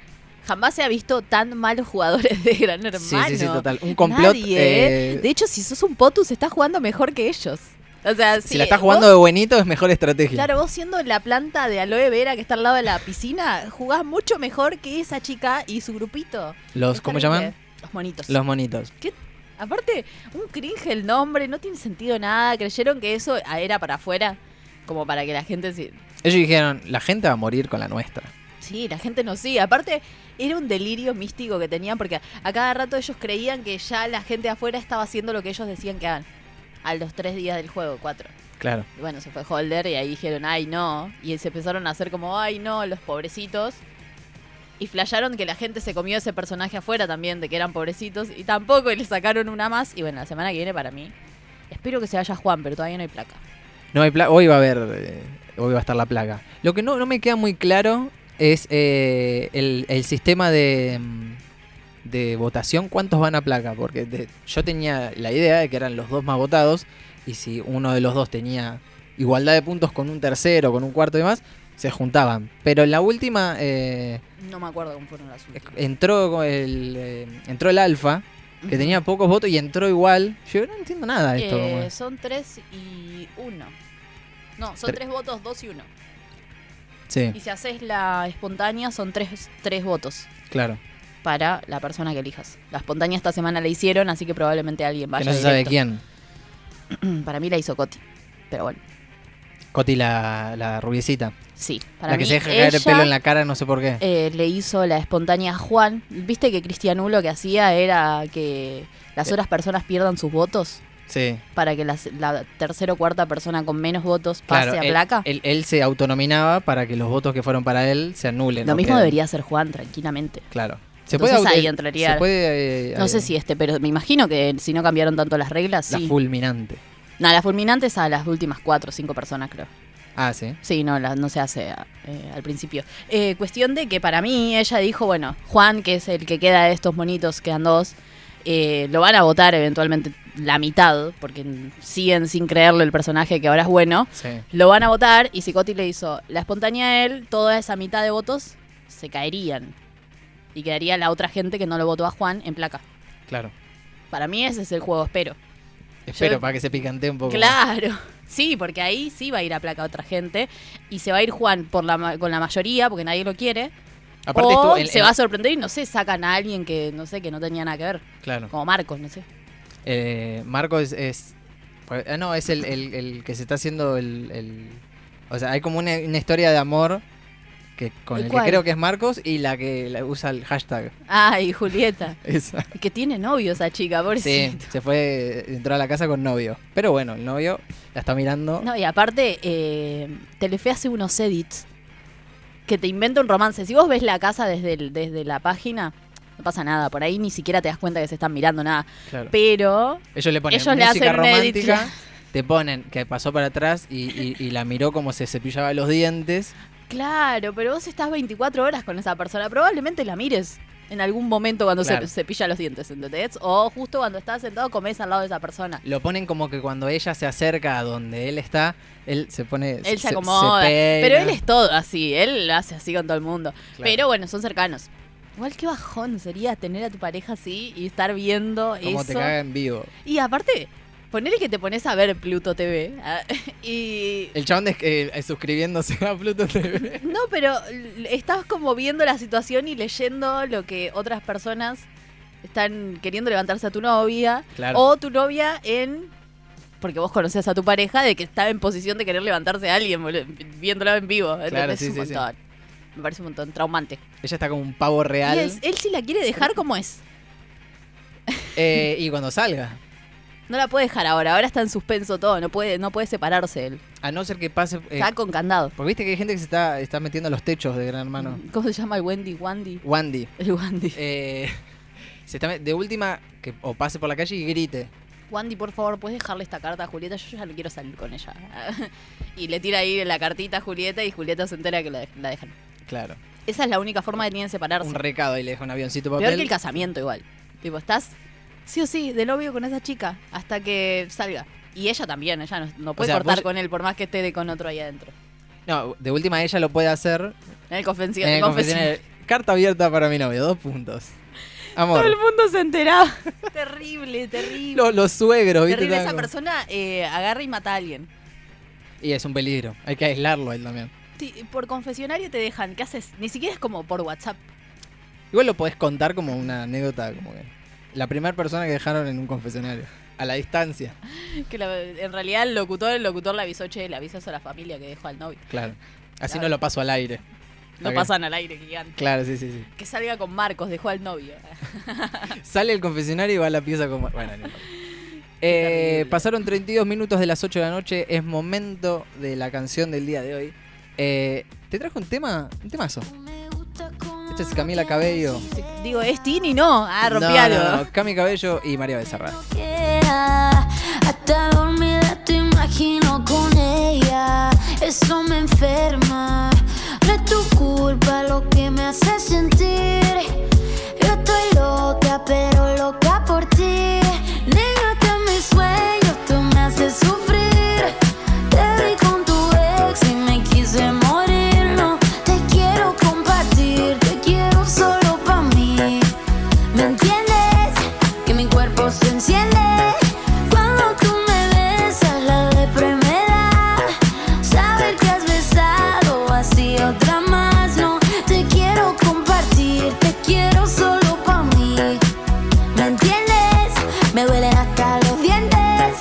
C: Jamás se ha visto tan malos jugadores de Gran Hermano.
B: Sí, sí, sí, total. Un complot.
C: Nadie,
B: eh,
C: ¿eh? De hecho, si sos un potus, estás jugando mejor que ellos. O sea,
B: si
C: sí,
B: la estás jugando
C: vos-
B: de buenito, es mejor estrategia.
C: Claro, vos siendo la planta de aloe vera que está al lado de la piscina, jugás mucho mejor que esa chica y su grupito.
B: Los,
C: Es
B: ¿Cómo
C: terrible.
B: llaman?
C: Los monitos.
B: Los monitos.
C: Aparte, un cringe el nombre, no tiene sentido nada. Creyeron que eso ah, era para afuera, como para que la gente se-
B: Ellos dijeron, la gente va a morir con la nuestra.
C: Sí, la gente no sigue. Aparte, era un delirio místico que tenían porque a cada rato ellos creían que ya la gente de afuera estaba haciendo lo que ellos decían que hagan. A los tres días del juego, cuatro.
B: Claro.
C: Y bueno, se fue Holder y ahí dijeron, ay no. Y se empezaron a hacer como, ay no, los pobrecitos. Y flasharon que la gente se comió ese personaje afuera también, de que eran pobrecitos. Y tampoco, y le sacaron una más. Y bueno, la semana que viene para mí. Espero que se vaya Juan, pero todavía no hay placa.
B: No hay pla- hoy va a haber, eh, hoy va a estar la plaga. Lo que no, no me queda muy claro es eh, el, el sistema de, mm, de votación, cuántos van a plaga, porque de- yo tenía la idea de que eran los dos más votados y si uno de los dos tenía igualdad de puntos con un tercero, con un cuarto y demás, se juntaban. Pero en la última eh,
C: No me acuerdo cómo fueron las últimas.
B: entró el eh, entró el alfa que tenía pocos votos y entró igual. Yo no entiendo nada de esto.
C: Eh,
B: ¿cómo es?
C: son tres y uno. No, son
B: Tre-
C: tres votos, dos y uno.
B: Sí,
C: Y si haces la espontánea, son tres, tres votos
B: claro.
C: para la persona que elijas. La espontánea esta semana la hicieron, así que probablemente alguien vaya
B: que no se sabe
C: directo.
B: quién.
C: Para mí la hizo Coti. Pero bueno,
B: Coti la, la rubiecita.
C: sí. Para
B: la que
C: mí
B: se deja caer el
C: ella,
B: pelo en la cara, no sé por qué.
C: eh, le hizo la espontánea a Juan. ¿Viste que Cristianú lo que hacía era que las
B: Eh.
C: otras personas pierdan sus votos?
B: sí.
C: Para que las- la tercera o cuarta persona con menos votos pase
B: Claro, eh,
C: a
B: él-
C: placa.
B: Él, él se autonominaba para que los votos que fueron para él se anulen.
C: Lo
B: no
C: mismo
B: queden.
C: debería hacer Juan, tranquilamente.
B: Claro.
C: Entonces
B: auto-
C: ahí entraría-
B: se puede, eh,
C: No sé
B: eh,
C: si este, pero me imagino que si no cambiaron tanto las reglas,
B: La
C: sí.
B: fulminante.
C: No, las fulminantes a las últimas cuatro o cinco personas, creo.
B: Ah, sí.
C: Sí, no, la- no se hace eh, al principio. Eh, cuestión de que para mí ella dijo, bueno, Juan, que es el que queda de estos monitos, quedan dos, eh, lo van a votar eventualmente la mitad, porque siguen sin creerlo el personaje que ahora es bueno.
B: Sí.
C: Lo van a votar y si Coti le hizo la espontánea a él, toda esa mitad de votos se caerían. Y quedaría la otra gente que no lo votó a Juan en placa.
B: Claro.
C: Para mí ese es el juego, espero.
B: Espero para que se picante un poco.
C: Claro. Sí, porque ahí sí va a ir a placa otra gente y se va a ir Juan por la, ma- con la mayoría porque nadie lo quiere.
B: Aparte
C: o
B: estuvo en-
C: Oh, se
B: en-
C: va a sorprender y no sé, sacan a alguien que no sé, que no tenía nada que ver,
B: Claro.
C: como Marcos, no sé.
B: Eh, Marco es, es- Ah, no, es el, el- el que se está haciendo el. el- o sea, hay como una, una historia de amor que con
C: ¿Y
B: el
C: cuál?
B: que creo que es Marcos y la que la- usa el hashtag.
C: Ay, Julieta,
B: Esa.
C: que tiene novio esa chica,
B: Sí,
C: pobrecita.
B: se fue, entró a la casa con novio. Pero bueno, el novio la está mirando.
C: No, y aparte, eh, Telefe hace unos edits que te inventa un romance. Si vos ves la casa desde, el- desde la página, no pasa nada. Por ahí ni siquiera te das cuenta que se están mirando nada.
B: Claro.
C: Pero
B: Ellos le ponen
C: ellos le
B: música
C: hacen un edit,
B: romántica,
C: claro.
B: te ponen que pasó para atrás y, y- y la miró como se cepillaba los dientes
C: Claro, pero vos estás 24 horas con esa persona. Probablemente la mires en algún momento cuando
B: Claro.
C: se cepilla los dientes, ¿entendés? O justo cuando estás sentado comés al lado de esa persona.
B: Lo ponen como que cuando ella se acerca a donde él está, él se pone.
C: Él se acomoda. pero él es todo así, él hace así con todo el mundo.
B: Claro.
C: Pero bueno, son cercanos. Igual qué bajón sería tener a tu pareja así y estar viendo
B: Como
C: eso.
B: te caga en vivo.
C: Y aparte, ponele que te pones a ver Pluto TV. ah, Y.
B: El chabón des- eh, eh, suscribiéndose a Pluto TV.
C: No, pero l- estás como viendo la situación y leyendo lo que otras personas están queriendo levantarse a tu novia.
B: Claro.
C: O tu novia en. Porque vos conocías a tu pareja de que estaba en posición de querer levantarse a alguien, boludo, viéndolo en vivo. Claro,
B: sí,
C: un
B: sí, sí.
C: montón. Me parece un montón, traumante.
B: Ella está como un pavo real.
C: Y es- él sí la quiere dejar como es.
B: Eh, y cuando salga.
C: No la puede dejar ahora, ahora está en suspenso todo, no puede, no puede separarse él.
B: A no ser que pase. eh,
C: Está con candado.
B: porque viste que hay gente que se está, está metiendo a los techos de Gran Hermano.
C: ¿Cómo se llama el Wendy? Wandy.
B: Wandy.
C: El Wandy.
B: Eh, se está met- de última, que o pase por la calle y grite.
C: Wandy, por favor, ¿puedes dejarle esta carta a Julieta? Yo ya no quiero salir con ella. y le tira ahí la cartita a Julieta y Julieta se entera que la, de- la dejan.
B: Claro.
C: Esa es la única forma que tienen de separarse.
B: Un recado y le deja un avioncito de papel.
C: Peor que el casamiento igual. Tipo, estás sí o sí de novio con esa chica hasta que salga. Y ella también, ella no, no puede
B: sea, pues
C: cortar
B: vos-
C: con él por más que esté de- con otro ahí adentro.
B: No, de última ella lo puede hacer.
C: En el confesio-
B: en el
C: confesionario.
B: confesionario. Carta abierta para mi novio, dos puntos. Amor.
C: Todo el mundo se enteraba. terrible, terrible.
B: Lo- los suegros, ¿viste?
C: terrible. Esa
B: Estaban como-
C: persona eh, agarra y mata a alguien.
B: Y es un peligro. Hay que aislarlo a él también.
C: Sí, por confesionario te dejan. ¿Qué haces? Ni siquiera es como por WhatsApp.
B: Igual lo podés contar como una anécdota, como que. La primera persona que dejaron en un confesionario. A la distancia.
C: Que la- en realidad el locutor, el locutor le avisó, che, le avisas a la familia que dejó al novio.
B: Claro. Así
C: Claro.
B: no lo paso al aire.
C: No
B: Ok.
C: pasan al aire, gigante.
B: Claro, sí, sí, sí.
C: Que salga con Marcos, dejó al novio.
B: Sale el confesionario y va a la pieza como. Bueno, no importa. Eh,
C: terrible.
B: pasaron 32 minutos de las 8 de la noche. Es momento de la canción del día de hoy. Eh, te trajo un tema, un temazo. Esta es Camila Cabello.
C: Digo, es Tini, no. Ah, rompí
B: No,
C: algo.
B: no, no, Cami Cabello y María Becerra.
D: Hasta dormida te imagino con ella. Eso me enferma. No es tu culpa lo que me hace sentir. Yo estoy loca, pero loca por ti. Négate a mis sueños, tú me haces sufrir. Te vi con tu ex y me quise morir. No te quiero compartir, te quiero solo para mí. ¿Me entiendes? Que mi cuerpo se enciende Cuando tú me besas la depre me da Saber que has besado así otra más No te quiero compartir, te quiero solo pa' mí ¿Me entiendes? Me duelen hasta los dientes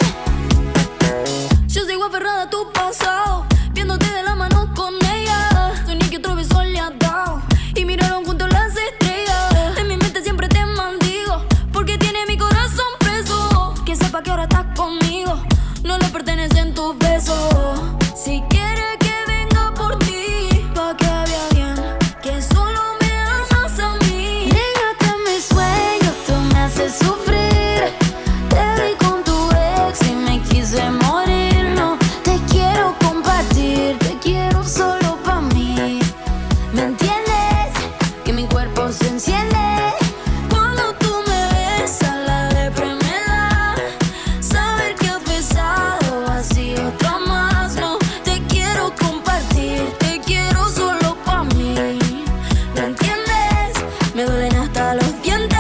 D: yo sigo aferrada a tu pasado, viéndote de la mano con ella. Soñé que otro beso le ha dado y miraron juntos las estrellas. En mi mente siempre te mandigo, porque tiene mi corazón preso. Que sepa que ahora estás conmigo, no le pertenecen tus besos. Si quieres que venga por ti, pa' que había bien, que solo me amas a mí. Négate a mis sueños, tú me haces sufrir. Te vi con tu ex y me quise morir. No te quiero compartir, te quiero solo pa' mí. ¿Me entiendes? Que mi cuerpo se enciende cuando tú me besas. La depre me da saber que has besado así otra más. No te quiero compartir, te quiero solo pa' mí. ¿Me entiendes? Me duelen hasta los dientes.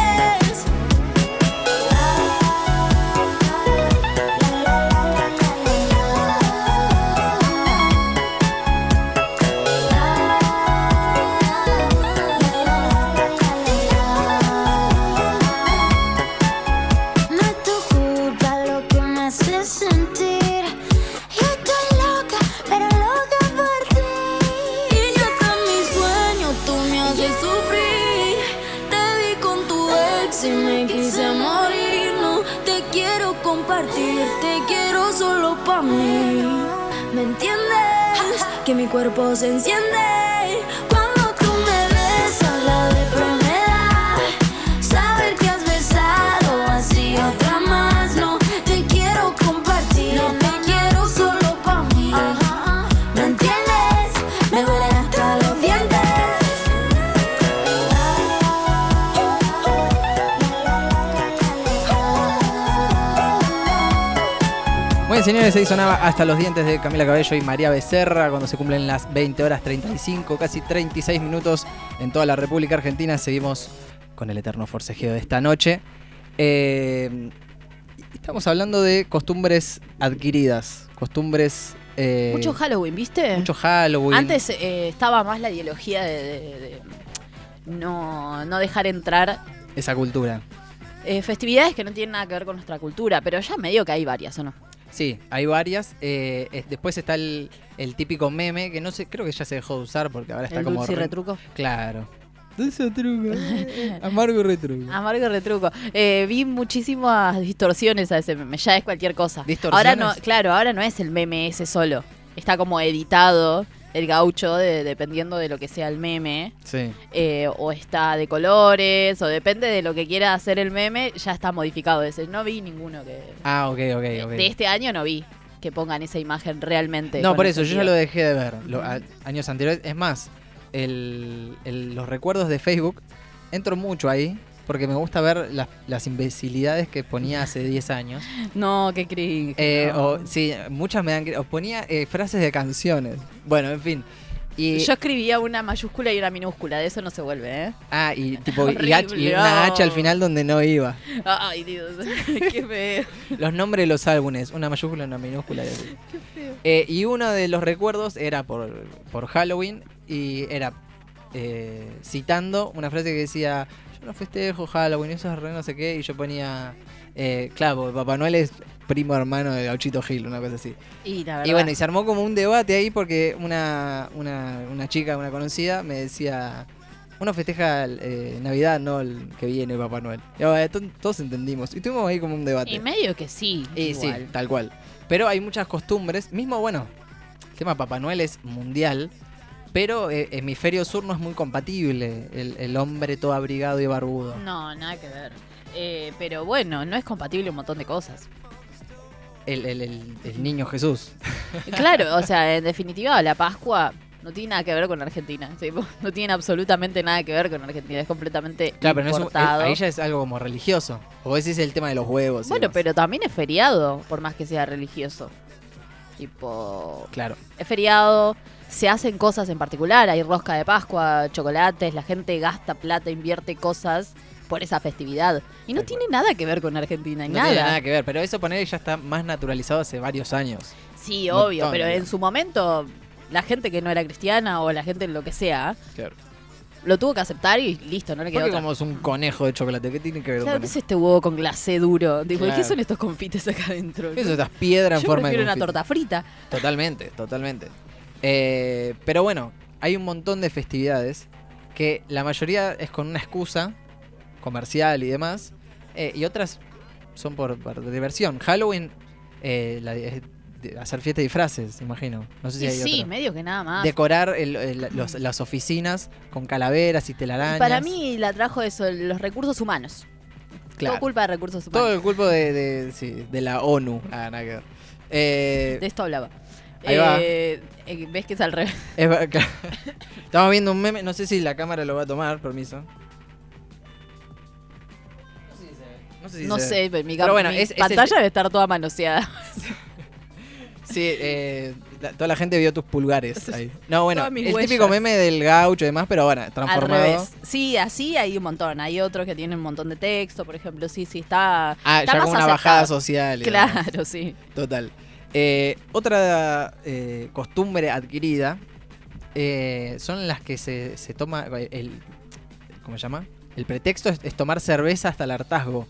D: Ah, No es tu culpa lo que me hace sentir. Yo estoy loca, pero loca por ti. Y yo hasta mis sueños tú me haces sufrir. Te vi con tu ex y me quise morir. No te quiero compartir, te quiero solo pa' mí. ¿Me entiendes? Que mi cuerpo se enciende cuando tú me besas la depresión me da Saber que has besado así otra más No te quiero compartir, no te quiero solo pa' mí ¿Me entiendes? Me duelen hasta
B: Bien, señores, ahí sonaba hasta los dientes de Camila Cabello y María Becerra cuando se cumplen las 20 horas 35, casi 36 minutos en toda la República Argentina. Seguimos con el eterno forcejeo de esta noche. Eh, estamos hablando de costumbres adquiridas, costumbres... eh,
C: Mucho Halloween, ¿viste?
B: mucho Halloween.
C: Antes eh, estaba más la ideología de, de- de no, no dejar entrar
B: Esa cultura.
C: eh, festividades que no tienen nada que ver con nuestra cultura, pero ya medio que hay varias, ¿o no?
B: Sí, hay varias. Eh, es- después está el, el típico meme, que no sé, creo que ya se dejó de usar porque ahora está
C: el
B: como...
C: dulce y
B: re-
C: retruco.
B: Claro. Dulce o truco. eh, Amargo y retruco.
C: Amargo y retruco. Eh, vi muchísimas distorsiones a ese meme, ya es cualquier cosa. Ahora
B: ¿Distorsiones?
C: no, claro, ahora no es el meme ese solo. Está como editado el gaucho de- dependiendo de lo que sea el meme.
B: Sí.
C: eh, o está de colores, o depende de lo que quiera hacer el meme, ya está modificado ese. No vi ninguno que...
B: Ah, ok, ok, ok.
C: De este año no vi que pongan esa imagen realmente.
B: No,
C: con
B: por
C: ese
B: eso, yo ya lo
C: tío.
B: dejé de ver. lo- a- años anteriores. Es más, el- el- los recuerdos de Facebook, entro mucho ahí. Porque me gusta ver las, las imbecilidades que ponía hace 10 años.
C: No, qué cringe.
B: Eh,
C: no.
B: o, sí, muchas me dan... cri- O ponía eh, frases de canciones. Bueno, en fin. Y,
C: Yo escribía una mayúscula y una minúscula, de eso no se vuelve, ¿eh?
B: ah, y tipo y, H- y
C: Horrible,
B: una H al
C: no.
B: final donde no iba.
C: Ay, Dios, qué feo.
B: Los nombres de los álbumes, una mayúscula, una minúscula. y así. Eh, y uno de los recuerdos era por, por Halloween y era eh, citando una frase que decía, yo no festejo Halloween, eso es re no sé qué, y yo ponía, eh, claro, porque Papá Noel es primo hermano de Gauchito Gil, una cosa así.
C: Y la
B: Y bueno, y se armó como un debate ahí porque una, una, una chica, una conocida, me decía, uno festeja eh, Navidad, no el que viene Papá Noel. Y, eh, to- todos entendimos, y tuvimos ahí como un debate.
C: Y medio que sí.
B: Y sí,
C: igual.
B: tal cual. Pero hay muchas costumbres. Mismo, bueno, el tema Papá Noel es mundial, pero eh, hemisferio sur no es muy compatible. El, el hombre todo abrigado y barbudo.
C: No, nada que ver. Eh, pero bueno, no es compatible un montón de cosas.
B: El, el- el- el niño Jesús.
C: Claro, o sea, en definitiva, la Pascua no tiene nada que ver con Argentina. ¿sí? No tiene absolutamente nada que ver con Argentina. Es completamente
B: Claro, pero no es un-
C: importado.
B: ahí ya es algo como religioso. O ese es el tema de los huevos. y
C: Bueno,
B: demás.
C: pero también es feriado, por más que sea religioso. Tipo,
B: Claro.
C: es feriado, se hacen cosas en particular, hay rosca de Pascua, chocolates, la gente gasta plata, invierte cosas por esa festividad. Y no
B: Tal
C: tiene nada que ver con Argentina,
B: No
C: nada.
B: tiene nada que ver. Pero eso poner ya está más naturalizado hace varios años.
C: Sí,
B: Montón,
C: obvio, pero en
B: digamos.
C: su momento la gente que no era cristiana o la gente lo que sea,
B: Claro.
C: lo tuvo que aceptar y listo, no le quedó
B: Porque
C: otra.
B: como es un conejo de chocolate, ¿qué tiene que ver
C: Claro,
B: con
C: ¿qué es
B: eso?
C: este huevo con glacé duro? Tipo, ¿Qué
B: Claro.
C: son estos confites acá adentro?
B: Eso estas piedras en
C: Yo
B: forma de
C: prefiero una
B: confite.
C: torta frita.
B: Totalmente, totalmente. Eh, pero bueno, hay un montón de festividades que la mayoría es con una excusa comercial y demás, eh, y otras son por, por diversión. Halloween, eh, la- es de- hacer fiesta de disfraces, imagino. No sé si
C: Y
B: hay
C: sí,
B: otra.
C: medio que nada más.
B: Decorar el- el- los- las oficinas con calaveras y telarañas.
C: Y para mí la trajo eso, los recursos humanos.
B: Claro.
C: Todo culpa de recursos
B: Todo
C: humanos.
B: el culpa de, de- sí, de la ONU. Ah, nada que ver. Eh,
C: De esto hablaba.
B: Ahí va.
C: Eh, eh, Ves que es al revés.
B: Es ver- claro. Estamos viendo un meme, no sé si la cámara lo va a tomar, permiso. No sé si se ve.
C: no sé, pero mi,
B: Pero
C: cam-
B: bueno,
C: mi
B: es- es el
C: pantalla
B: te-
C: debe estar toda manoseada.
B: Sí, eh, la- toda la gente vio tus pulgares ahí. No, bueno,
C: Todas
B: el
C: mis
B: típico
C: huellas.
B: meme del gaucho y demás, pero ahora
C: Al
B: transformado.
C: revés. Sí, así hay un montón. Hay otros que tienen un montón de texto, por ejemplo. Sí, sí, está.
B: Ah, ya
C: está más
B: como una
C: acertado.
B: bajada social. y demás.
C: Claro, sí.
B: Total. Eh, otra eh, costumbre adquirida eh, son las que se, se toma el, el- ¿Cómo se llama? El pretexto es- es tomar cerveza hasta el hartazgo.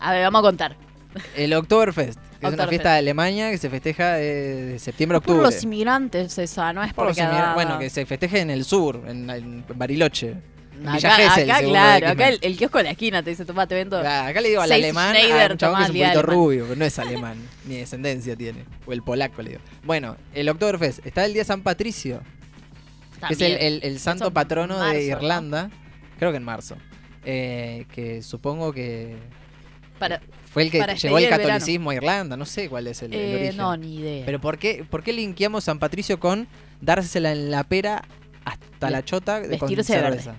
C: A ver, vamos a contar.
B: El Oktoberfest, que es una
C: Oktoberfest.
B: fiesta de Alemania que se festeja eh, de septiembre a
C: Por
B: octubre.
C: los inmigrantes, esa, no es
B: Por los
C: porque.
B: inmigrantes. Bueno, que se festeje en el sur, en, en Bariloche. Villa
C: Acá,
B: Gesell,
C: acá
B: según lo de
C: claro,
B: X-Men.
C: acá el, el kiosco de la esquina te dice, tomate, vendo.
B: Ah, Acá le digo al
C: Seis
B: alemán,
C: Schneider,
B: a un chabón que es un
C: tomá,
B: poquito
C: alemán.
B: rubio, pero no es alemán, ni descendencia tiene. O el polaco, le digo. Bueno, el Oktoberfest, está el día San Patricio, que es el,
C: También.
B: el- el santo
C: Eso en
B: patrono
C: marzo,
B: de
C: ¿no?
B: Irlanda, creo que en marzo. Eh, que supongo que
C: Para-
B: fue el que
C: para
B: llevó el
C: despedir el verano.
B: catolicismo a Irlanda, no sé cuál es el, el
C: Eh,
B: origen.
C: no, ni idea.
B: Pero ¿por qué, ¿por qué linkeamos San Patricio con dársela en la pera hasta la chota de con
C: Vestirse de verde.
B: cerveza?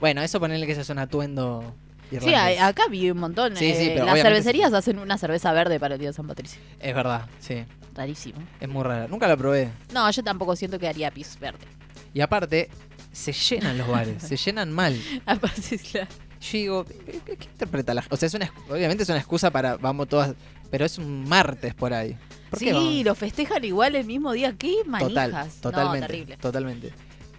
B: Bueno, eso ponerle que ese es un atuendo
C: Sí,
B: irlandés.
C: a- acá vi un montón.
B: Sí, sí,
C: eh,
B: pero
C: las
B: obviamente-
C: cervecerías hacen una cerveza verde para el Día de San Patricio.
B: Es verdad, sí.
C: Rarísimo.
B: Es muy rara. Nunca la probé.
C: No, yo tampoco siento que haría pis verde.
B: Y aparte, se llenan los bares, se llenan mal.
C: Aparte, claro.
B: Yo digo, ¿qué, qué- qué interpreta la gente? O sea, es una, ex- obviamente es una excusa para vamos todas, pero es un martes por ahí. ¿Por qué
C: Sí,
B: vamos?
C: lo festejan igual el mismo día. ¿Qué
B: Total,
C: manijas?
B: totalmente.
C: No, terrible.
B: Totalmente.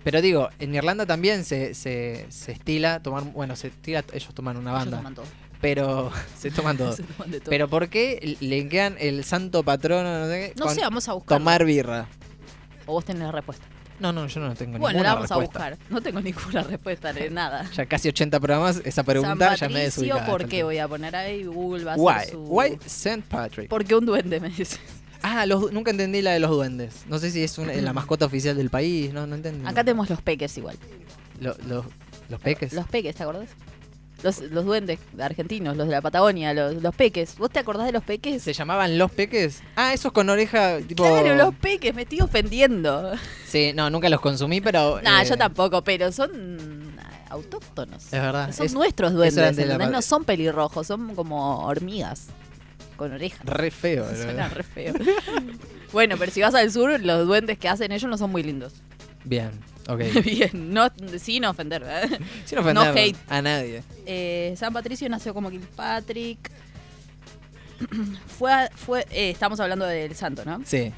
B: Pero digo, en Irlanda también se, se, se estila tomar, bueno, se estila, ellos toman una
C: Ellos
B: banda,
C: toman todo.
B: pero se toman todo.
C: Se toman de todo.
B: pero ¿por qué le quedan el santo patrono, no sé qué,
C: no
B: con
C: sé, vamos a buscar.
B: tomar birra?
C: O vos tenés la respuesta.
B: No, no, yo no tengo
C: Bueno,
B: ninguna
C: la vamos
B: respuesta.
C: a buscar. No tengo ninguna respuesta de nada.
B: Ya casi 80 programas, esa
C: San
B: pregunta ya me
C: Patricio,
B: desubicaba.
C: ¿por qué? Voy a poner ahí Google va a
B: Why?
C: hacer su...
B: Why St. Patrick?
C: Porque un duende me dice.
B: Ah, los, nunca entendí la de los duendes. No sé si es una- la mascota oficial del país, no, no entendí.
C: Acá tenemos los peques igual.
B: Lo- los- los peques.
C: Los peques, ¿te acordás? Los, los duendes argentinos, los de la Patagonia, los, los peques. ¿Vos te acordás de los peques?
B: ¿Se llamaban los peques? Ah, esos con oreja tipo...
C: Claro, los peques, me estoy ofendiendo.
B: Sí, no, nunca los consumí, pero...
C: Nah,
B: eh,
C: yo tampoco, pero son ah, autóctonos.
B: Es verdad.
C: Son
B: Es
C: nuestros
B: eso era
C: duendes,
B: de la
C: ¿entendés?
B: pa-
C: No son pelirrojos, son como hormigas con orejas.
B: Re feo. la
C: Suena
B: verdad.
C: re feo. bueno, pero si vas al sur, los duendes que hacen ellos no son muy lindos.
B: Bien, ok.
C: Bien, no, sin ofender. ¿verdad?
B: Sin ofender
C: No hate.
B: a nadie.
C: Eh, San Patricio nació como Kilpatrick. fue, a- fue eh, estamos hablando del santo, ¿no?
B: Sí.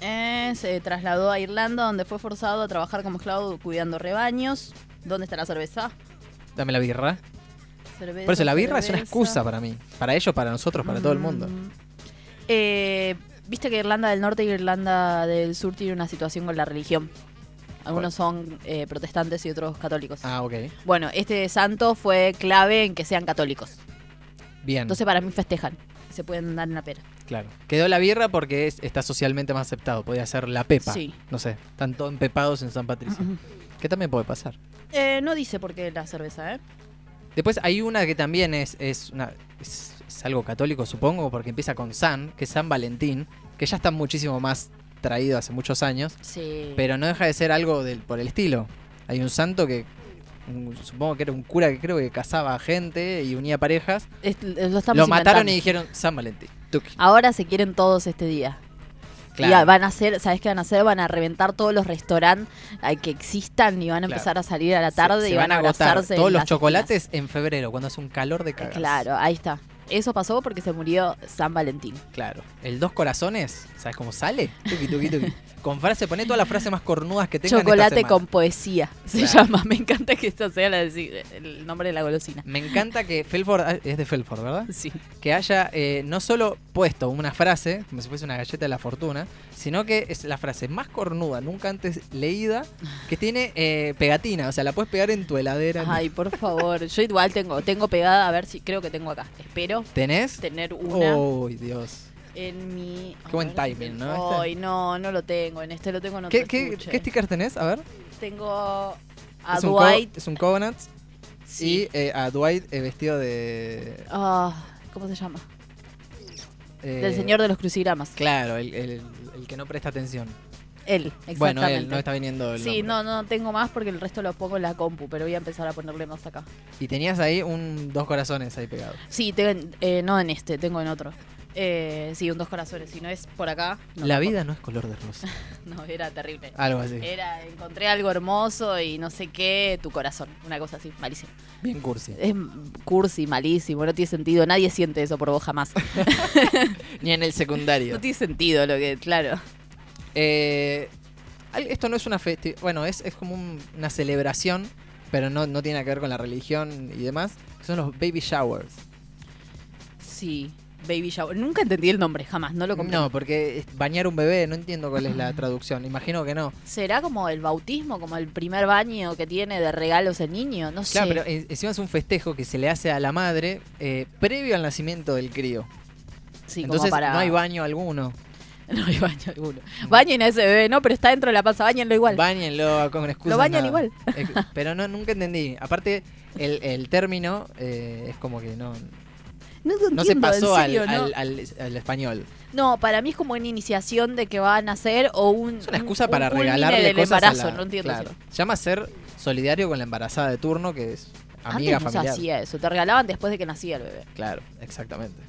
C: Eh, se trasladó a Irlanda, donde fue forzado a trabajar como esclavo cuidando rebaños. ¿Dónde está la cerveza?
B: Dame la birra.
C: Cerveza,
B: Por eso la birra es una
C: cerveza.
B: excusa para mí. Para ellos, para nosotros, para todo el mundo.
C: Mm. Eh, Viste que Irlanda del Norte y Irlanda del Sur tienen una situación con la religión. Algunos son eh, protestantes y otros católicos.
B: Ah, ok.
C: Bueno, este santo fue clave en que sean católicos.
B: Bien.
C: Entonces para mí festejan. Se pueden dar una pera.
B: Claro. Quedó la birra porque es- está socialmente más aceptado. Podía ser la pepa.
C: Sí. Mm,
B: No sé. Están todos empepados en San Patricio. Que también puede pasar.
C: Eh, no dice por qué la cerveza, ¿eh?
B: Después hay una que también es, es, una, es, es algo católico, supongo, porque empieza con San, que es San Valentín, que ya está muchísimo más traído hace muchos años,
C: Sí.
B: pero no deja de ser algo del, por el estilo. Hay un santo que un- supongo que era un cura que creo que casaba a gente y unía parejas.
C: Es- lo estamos
B: Lo mataron
C: inventando.
B: y dijeron San Valentín. Tuki.
C: Ahora se quieren todos este día.
B: Claro.
C: Y van a hacer, ¿sabes qué van a hacer? Van a reventar todos los restaurantes eh, que existan y van a
B: Claro.
C: empezar a salir a la
B: Se-
C: tarde
B: se
C: y van, a
B: agotar
C: abrazarse. en
B: todos los
C: las
B: chocolates en febrero, cuando hace un calor de
C: esquinas.
B: cagas.
C: Claro, ahí está. Eso pasó porque se murió San Valentín.
B: Claro. El dos corazones, ¿sabes cómo sale? Tuki, tuki, tuki. Con frase, poné todas las frases más cornudas que tengas.
C: Chocolate con poesía se
B: Claro.
C: llama. Me encanta que esto sea la desi- el nombre de la golosina.
B: Me encanta que Felford, ah, es de Felford, ¿verdad?
C: Sí.
B: Que haya eh, no solo puesto una frase, como si fuese una galleta de la fortuna, sino que es la frase más cornuda, nunca antes leída, que tiene eh, pegatina. O sea, la puedes pegar en tu heladera.
C: Ay, por favor. Yo igual tengo, tengo pegada, a ver si creo que tengo acá. Espero
B: ¿Tenés?
C: tener una.
B: Uy, Dios.
C: en mi.
B: Oh. Qué buen
C: A ver si
B: timing,
C: tengo-
B: ¿no? Este.
C: Ay, no, no lo tengo. En este lo tengo en otro
B: ¿Qué, qué,
C: estuche.
B: qué stickers tenés? A ver.
C: Tengo a
B: es, un co-
C: Dwight.
B: es un Covenant.
C: Sí.
B: Y eh, a Dwight eh, vestido de.
C: Ah, ¿Cómo se llama?
B: eh,
C: Del señor de los crucigramas.
B: Claro, el, el- el que no presta atención.
C: Él, exactamente.
B: Bueno, él no está viniendo el nombre.
C: Sí, no, no tengo más porque el resto lo pongo en la compu, pero voy a empezar a ponerle más acá.
B: Y tenías ahí un dos corazones ahí pegados.
C: Sí, tengo, eh, no en este, tengo en otro. Eh, sí, un dos corazones. Si no es por acá. no, Eh.
B: La Ah,
C: tampoco.
B: vida no es color de rosa.
C: No, era terrible.
B: Algo así.
C: Era, encontré algo hermoso y no sé qué, tu corazón. Una cosa así, malísimo.
B: Bien cursi.
C: Es cursi, malísimo, no tiene sentido. Nadie siente eso por vos jamás.
B: Ni en el
C: No
B: secundario.
C: tiene sentido lo que, claro.
B: Eh, al- esto no es una festividad. Bueno, es, es como un- una celebración, pero no, no tiene nada que ver con la religión y demás. que Son los baby showers.
C: Sí, baby shower. Nunca entendí el nombre, jamás, no lo comprendo.
B: No, porque es bañar un bebé, no entiendo cuál es la traducción. Imagino que no.
C: ¿Será como el bautismo, como el primer baño que tiene de regalos el niño? No
B: Claro,
C: sé.
B: pero en- encima es un festejo que se le hace a la madre eh, previo al nacimiento del crío.
C: sí, como
B: Entonces
C: para-
B: no hay baño alguno. Mm.
C: No hay baño alguno. Bañen a ese bebé, no, pero está dentro de la panza, bañenlo igual.
B: Báñenlo con excusa.
C: Lo bañan
B: nada.
C: igual.
B: Eh, Pero no, nunca entendí. Aparte, el, el término eh, es como que no,
C: no, lo
B: no se
C: entiendo, en
B: pasó al,
C: serio, ¿no?
B: al- al- al español.
C: No, para mí es como una iniciación de que van a hacer o un.
B: Es una excusa
C: un-
B: para
C: un culmine
B: regalarle
C: del
B: cosas a
C: embarazo,
B: la-
C: no entiendo.
B: claro.
C: eso.
B: Llama a ser solidario con la embarazada de turno, que es amiga
C: Antes no se
B: familiar.
C: hacía eso, te regalaban después de que nacía el bebé.
B: Claro, exactamente.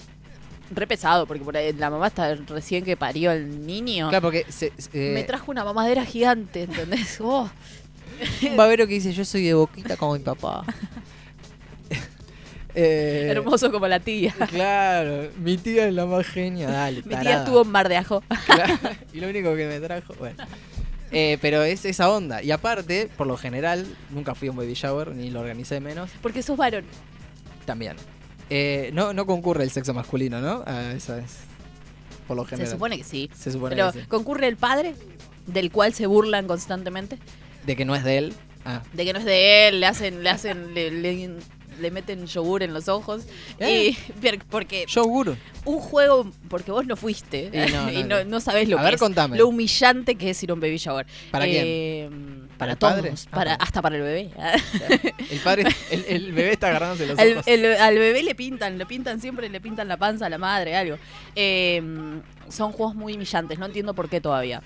C: Re pesado, porque por ahí la mamá está recién que parió el niño.
B: Claro, porque se- se-
C: Me
B: eh,
C: trajo una mamadera gigante, ¿entendés? Oh,
B: un babero que dice yo soy de boquita como mi papá. Eh,
C: hermoso como la tía.
B: Claro, mi tía es la más genia, dale.
C: Mi tía
B: tarada.
C: estuvo en Mar de Ajo.
B: Claro, y lo único que me trajo, bueno. Eh, pero es esa onda. Y aparte, por lo general, nunca fui a un baby shower, ni lo organicé menos,
C: Porque sos varón.
B: también. Eh, no, no concurre el sexo masculino, ¿no? Ah, esa es. Por lo general.
C: Se supone que sí.
B: Se supone
C: Pero
B: que sí.
C: concurre el padre, del cual se burlan constantemente,
B: De que no es de él. Ah.
C: de que no es de él, le hacen, le hacen, le, le- le meten yogur en los ojos.
B: Eh.
C: Y per- porque
B: Yo, guru.
C: un juego, porque vos no fuiste
B: Y no,
C: y
B: no,
C: no,
B: no.
C: no sabés lo
B: A
C: que
B: ver,
C: es,
B: contame.
C: lo humillante que es ir a un baby shower.
B: ¿Para
C: Eh,
B: ¿Para
C: Para,
B: el
C: todos,
B: padre? Ah,
C: para-
B: para-
C: hasta para el bebé.
B: El padre, el, el bebé está agarrándose los
C: Al,
B: ojos.
C: el- al bebé le pintan, le pintan siempre, le pintan la panza a la madre, algo. Eh, son juegos muy humillantes, no entiendo por qué todavía.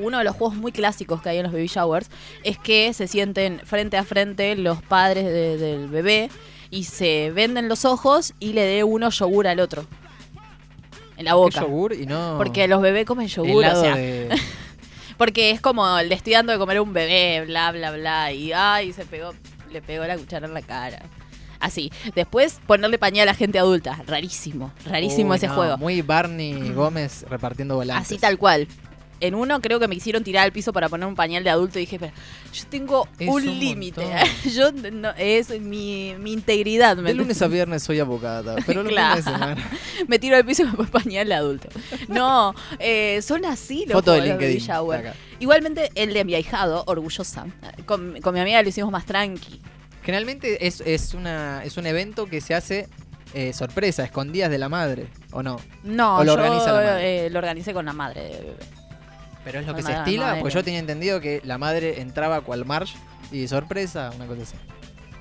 C: Uno de los juegos muy clásicos que hay en los baby showers es que se sienten frente a frente los padres de- del bebé y se venden los ojos y le dé uno yogur al otro. En la
B: ¿Por qué
C: boca.
B: yogur y no.
C: Porque los bebés comen yogur, o
B: helado
C: sea,
B: de-
C: porque es como le estoy dando de comer a un bebé, bla, bla, bla. Y ay, se pegó, le pegó la cuchara en la cara. Así. Después ponerle pañal a gente adulta. Rarísimo, rarísimo
B: Uy,
C: ese
B: no,
C: juego. Mm.
B: Muy Barney Gómez repartiendo volantes.
C: Así tal cual. En uno creo que me hicieron tirar al piso para poner un pañal de adulto y dije, pero yo tengo
B: Es
C: un
B: un
C: límite.
B: montón.
C: Yo no, es mi, mi integridad. ¿me
B: De lunes a viernes soy abogada, pero los
C: Claro.
B: fines de semana.
C: me tiro al piso y me pongo pañal de adulto. No, eh, son así los
B: Foto de
C: juegos baby
B: LinkedIn.
C: shower.
B: acá.
C: Igualmente, el de mi ahijado, orgullosa. Con, con mi amiga lo hicimos más tranqui.
B: Generalmente es, es, una, es un evento que se hace eh, sorpresa, escondidas de la madre, ¿o no?
C: No,
B: ¿O lo
C: yo
B: organiza la madre?
C: eh, lo organicé con la madre de bebé.
B: Pero es lo
C: La
B: que se
C: madre-
B: estila,
C: madre.
B: porque yo tenía entendido que la madre entraba cual Marge y sorpresa, una cosa así,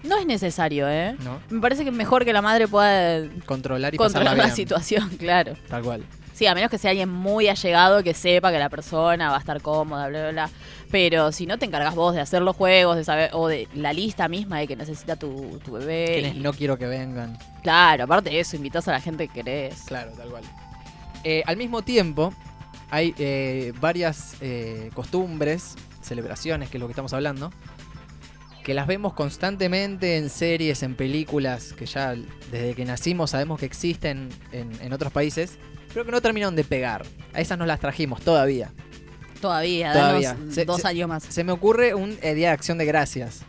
C: No es necesario, ¿eh?
B: ¿no?
C: Me parece que es mejor que la madre pueda eh,
B: Controlar y pasarla
C: controlar la
B: bien,
C: situación, claro.
B: Tal cual.
C: Sí, a menos que sea alguien muy allegado que sepa que la persona va a estar cómoda, bla, bla, bla. Pero si no te encargas vos de hacer los juegos, de saber, o de la lista misma de que necesita tu, tu bebé.
B: Quienes no quiero que vengan.
C: Claro, aparte de eso, invitas a la gente que querés.
B: Claro, tal cual. Eh, al mismo tiempo, hay eh, varias eh, costumbres, celebraciones, que es lo que estamos hablando, que las vemos constantemente en series, en películas, que ya desde que nacimos sabemos que existen en, en otros países, pero que no terminaron de pegar. A esas nos las trajimos todavía.
C: Todavía,
B: Todavía.
C: danos
B: Se-
C: dos
B: se-
C: años más.
B: Se me ocurre un eh, Día de Acción de Gracias,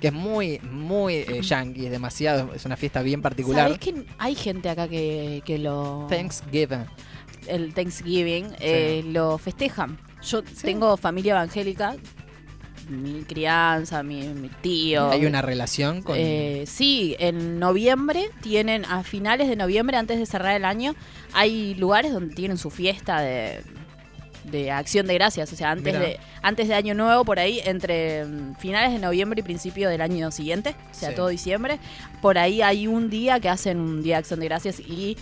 B: que es muy, muy eh, yankee, es demasiado, es una fiesta bien
C: ¿Sabés
B: particular.
C: que hay gente acá que, que lo.
B: Thanksgiving.
C: El Thanksgiving eh, lo festejan. Yo tengo familia evangélica, mi crianza, mi, mi tío.
B: Hay una relación con...
C: Eh, sí, en noviembre tienen, a finales de noviembre, antes de cerrar el año, hay lugares donde tienen su fiesta de, de acción de gracias. O sea, antes
B: Mirá.
C: de, antes de Año Nuevo, por ahí, entre mm, finales de noviembre y principio del año siguiente, o sea,
B: Sí.
C: todo diciembre, por ahí hay un día que hacen un día de acción de gracias y.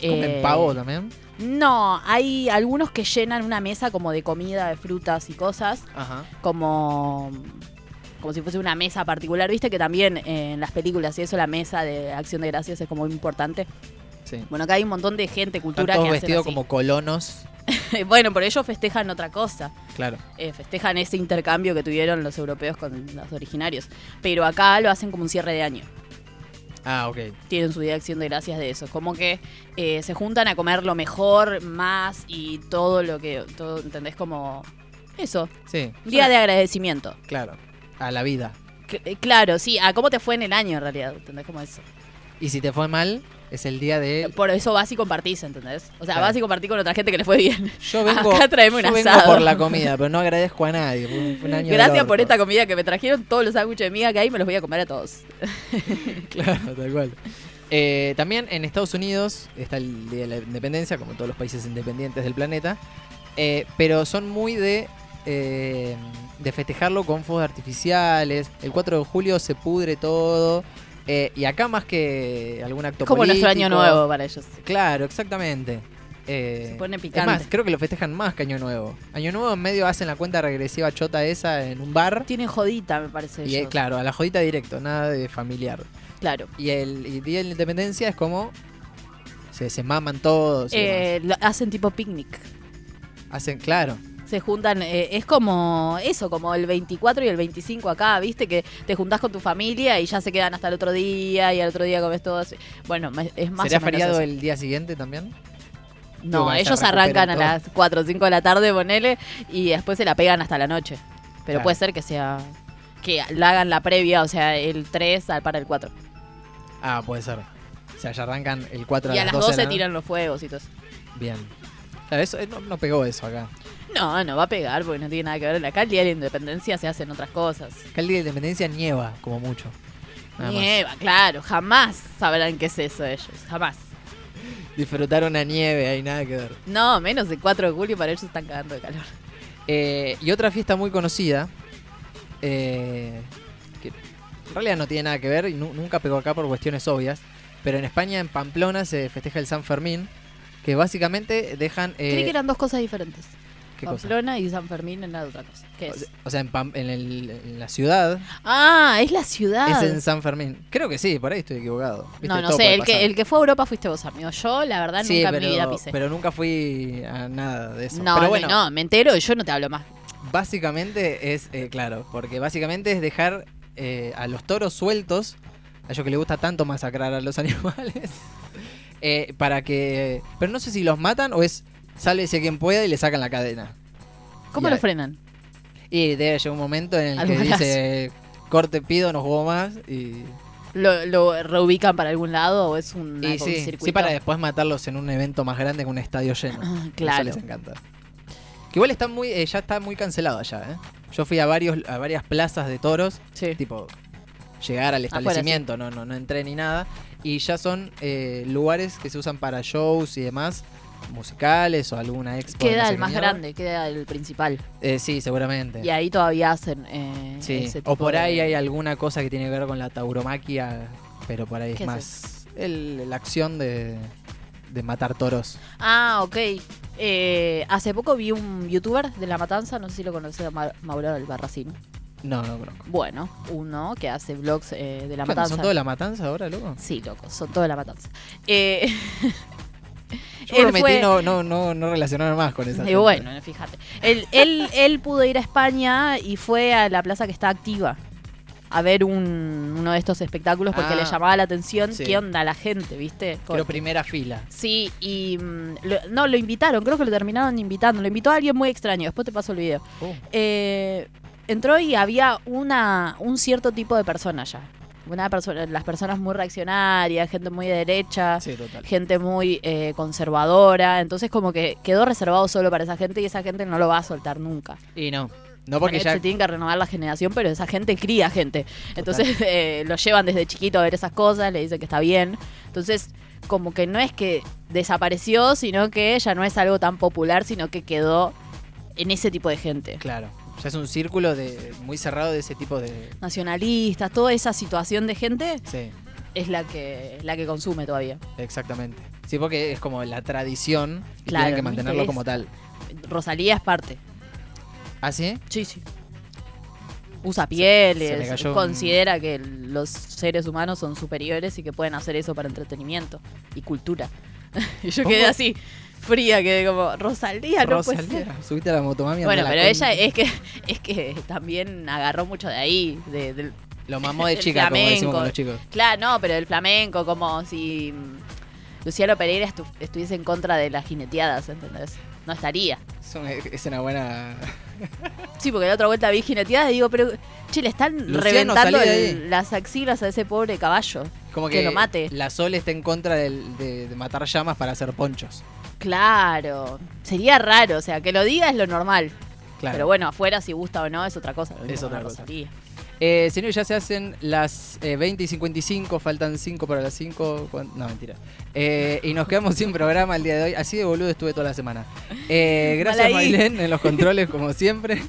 B: comen
C: eh,
B: pavo también.
C: No, hay algunos que llenan una mesa como de comida, de frutas y cosas
B: Ajá.
C: como como si fuese una mesa particular, viste que también eh, en las películas y eso la mesa de acción de gracias es como muy importante.
B: Sí.
C: Bueno, acá hay un montón de gente,
B: Están
C: cultura
B: todos
C: que hacen
B: vestidos
C: así.
B: como colonos.
C: bueno, pero ellos festejan otra cosa.
B: Claro.
C: Eh, festejan ese intercambio que tuvieron los europeos con los originarios, pero acá lo hacen como un cierre de año.
B: Ah, ok.
C: Tienen su día de acción de gracias de eso, como que eh, se juntan a comer lo mejor, más y todo lo que todo, ¿entendés? Como eso,
B: Sí.
C: un día de agradecimiento.
B: Claro. A la vida.
C: Cl- eh, Claro, sí, a cómo te fue en el año en realidad, ¿entendés? Como eso.
B: Y si te fue mal, es el día de.
C: Por eso vas y compartís, ¿entendés? O sea,
B: Eh, Claro.
C: vas y compartís con otra gente que le fue bien.
B: Yo vengo,
C: Acá traeme un
B: yo vengo
C: asado.
B: por la comida, pero no agradezco a nadie. fue un- fue un año del
C: Gracias por
B: orto.
C: esta comida que me trajeron, todos los sándwiches de miga que hay me los voy a comer a todos.
B: Claro, tal cual. Eh, también en Estados Unidos está el Día de la Independencia, como todos los países independientes del planeta. eh, pero son muy de, eh, de festejarlo con fuegos artificiales. El 4 de julio se pudre todo. eh, y acá más que algún acto
C: Como nuestro año
B: político,
C: nuevo para ellos.
B: Claro, exactamente. Eh,
C: Se pone
B: es
C: picante.
B: más, creo que lo festejan más que Año Nuevo. Año Nuevo en medio hacen la cuenta regresiva chota esa en un bar.
C: Tienen jodita, me parece.
B: Y eh,
C: ellos.
B: claro, a la jodita directo, nada de familiar.
C: Claro.
B: Y el y Día de la Independencia es como. Se, se maman todos. y
C: Eh, lo- hacen tipo picnic.
B: demás. Hacen, claro.
C: Se juntan, eh, es como eso, como el 24 y el 25 acá, ¿viste? Que te juntás con tu familia y ya se quedan hasta el otro día y al otro día comes todo así. Bueno, ma- es más
B: ¿Sería
C: o menos
B: feriado
C: eso.
B: el día siguiente también? Digo,
C: No,
B: cuando se
C: ellos
B: recupera
C: arrancan a
B: todo.
C: las 4 o 5 de la tarde, ponele, y después se la pegan hasta la noche. Pero
B: Claro.
C: puede ser que sea que la hagan la previa, o sea, el 3 al para el 4.
B: Ah, puede ser. O sea, ya arrancan el 4
C: Y a las 12
B: de la
C: tiran los fuegos y todo eso.
B: Bien. Claro, eso, eh, no, no pegó eso acá.
C: No, no va a pegar porque no tiene nada que ver. Acá el día de la independencia se hacen otras cosas.
B: Acá el día de la independencia nieva, como mucho. Nada más.
C: Nieva, claro, jamás sabrán qué es eso ellos, jamás.
B: Disfrutar una nieve, hay nada que ver.
C: No, menos de 4 de julio para ellos están cagando de calor.
B: Eh, y otra fiesta muy conocida, eh, que en realidad no tiene nada que ver y nu- nunca pegó acá por cuestiones obvias, pero en España, en Pamplona, se festeja el San Fermín, que básicamente dejan... eh,
C: Creí que eran dos cosas diferentes.
B: ¿qué cosa?
C: Pamplona y San Fermín era otra cosa. ¿Qué
B: O
C: es?
B: se- O sea, en, Pam- en el- en la ciudad
C: Ah, es la ciudad.
B: es en San Fermín. Creo que sí, por ahí estoy equivocado. Viste,
C: no, no
B: todo
C: sé,
B: puede
C: el que,
B: pasar.
C: el que fue a Europa fuiste vos, amigo. Yo, la verdad,
B: Sí,
C: nunca
B: pero,
C: en mi vida pisé.
B: pero nunca fui a nada de eso.
C: no,
B: pero
C: no,
B: bueno,
C: no, me entero y yo no te hablo más.
B: Básicamente es, eh, claro, porque básicamente es dejar eh, a los toros sueltos, a ellos que les gusta tanto masacrar a los animales, eh, para que... Pero no sé si los matan o es sálvese quien pueda y le sacan la cadena.
C: ¿Cómo
B: Ya.
C: lo frenan?
B: Y debe llegar un momento en el
C: Al
B: que
C: balazo.
B: dice, corte, pido, no juego más y...
C: ¿Lo, lo reubican para algún lado o es un
B: y
C: algo, un
B: sí,
C: circuito?
B: sí, para después matarlos en un evento más grande con un estadio lleno.
C: Ah,
B: Eso
C: claro.
B: les encanta. Que igual está muy, eh, ya está muy cancelado allá, ¿eh? Yo fui a, varios, a varias plazas de toros
C: Sí.
B: tipo llegar al
C: Afuera,
B: establecimiento, no, no, no entré ni nada. Y ya son eh, lugares que se usan para shows y demás, musicales o alguna expo. de no
C: Queda
B: sé
C: el
B: qué
C: más
B: mierda.
C: grande, queda el principal.
B: Eh, sí, seguramente.
C: Y ahí todavía hacen eh,
B: Sí.
C: ese
B: O
C: tipo
B: por
C: de-
B: ahí hay alguna cosa que tiene que ver con la tauromaquia, pero por ahí
C: ¿Qué
B: es
C: es
B: más el- la acción de, de matar toros.
C: Ah, ok. Eh, hace poco vi un youtuber de La Matanza, no sé si lo conoces, a Ma- Mauro Albarracín.
B: No, no conozco.
C: Bueno, uno que hace vlogs eh, de La
B: ¿Qué onda,
C: Matanza.
B: ¿Son todos la matanza ahora, loco?
C: Sí, loco, son todos de La Matanza. Eh,
B: Yo me
C: Él
B: lo metí
C: fue-
B: no, no, no, no relacionarme más con esa
C: Y
B: gente.
C: bueno, fíjate. Él, él, él pudo ir a España y fue a la plaza que está activa a ver un- uno de estos espectáculos porque
B: Ah.
C: le llamaba la atención
B: Sí.
C: qué onda la gente, ¿viste? Con-
B: Creo primera fila.
C: Sí, y mm, lo- no, lo invitaron, creo que lo terminaron invitando. Lo invitó a alguien muy extraño, después te paso el video.
B: Uh,
C: Eh, entró y había una, un cierto tipo de persona ya. Una persona, las personas muy reaccionarias, gente muy de derecha
B: sí, total.
C: gente muy eh, conservadora, entonces como que quedó reservado solo para esa gente y esa gente no lo va a soltar nunca.
B: Y no. No porque
C: Porque
B: ya
C: Se tiene que renovar la generación, pero esa gente cría gente. Entonces eh, lo llevan desde chiquito a ver esas cosas, le dicen que está bien. Entonces como que no es que desapareció, sino que ya no es algo tan popular, sino que quedó en ese tipo de gente.
B: Claro, ya es un círculo de muy cerrado de ese tipo de...
C: Nacionalistas, toda esa situación de gente
B: Sí,
C: es la que, la que consume todavía.
B: exactamente. Sí, porque es como la tradición y
C: Claro,
B: tienen que
C: ¿no?
B: mantenerlo
C: Es-
B: como tal.
C: Rosalía es parte.
B: ¿Ah, sí?
C: Sí, sí. Usa
B: se me
C: pieles,
B: cayó un-
C: considera que los seres humanos son superiores y que pueden hacer eso para entretenimiento y cultura. y yo
B: ¿Cómo?
C: quedé así, fría, quedé como, Rosalía, no puede ser".
B: Rosalía, subiste a la motomami.
C: Bueno,
B: andá a la
C: pero ella
B: con-
C: es que, es que también agarró mucho de ahí, de- del...
B: Lo mamó de
C: el
B: chica, como decimos
C: flamenco.
B: con los chicos.
C: Claro, no, pero del flamenco, como si mm, Luciano Pereira estu- estuviese en contra de las jineteadas, ¿entendés? No estaría.
B: Es una, es una buena...
C: Sí, porque la otra vuelta vi jineteadas y digo, pero, che, le están
B: Luciano,
C: reventando
B: salí de
C: el- las axilas a ese pobre caballo.
B: Como que,
C: Que lo mate.
B: la Sol está en contra del- de, de matar llamas para hacer ponchos.
C: Claro, sería raro, o sea, que lo diga es lo normal.
B: Claro.
C: Pero bueno, afuera si gusta o no es otra cosa. lo mismo
B: Es
C: con
B: otra
C: la
B: cosa.
C: Rosalía.
B: Eh, señor, ya se hacen las eh, 20 y 55, faltan 5 para las 5. cuan- No, mentira. Eh, y nos quedamos sin programa el día de hoy. Así de boludo estuve toda la semana. Eh, gracias,
C: Mal ahí.
B: Mailén, en los controles, como siempre.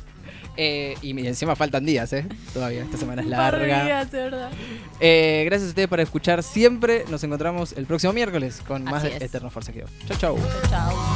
B: Eh, y mi- encima faltan días, ¿eh? Todavía, esta semana es
C: Par de
B: larga.
C: días, de verdad.
B: Eh, gracias a ustedes por escuchar siempre. Nos encontramos el próximo miércoles con más
C: Así
B: de
C: es.
B: Eterno Forcejeo. Chau, chau.
C: Chao.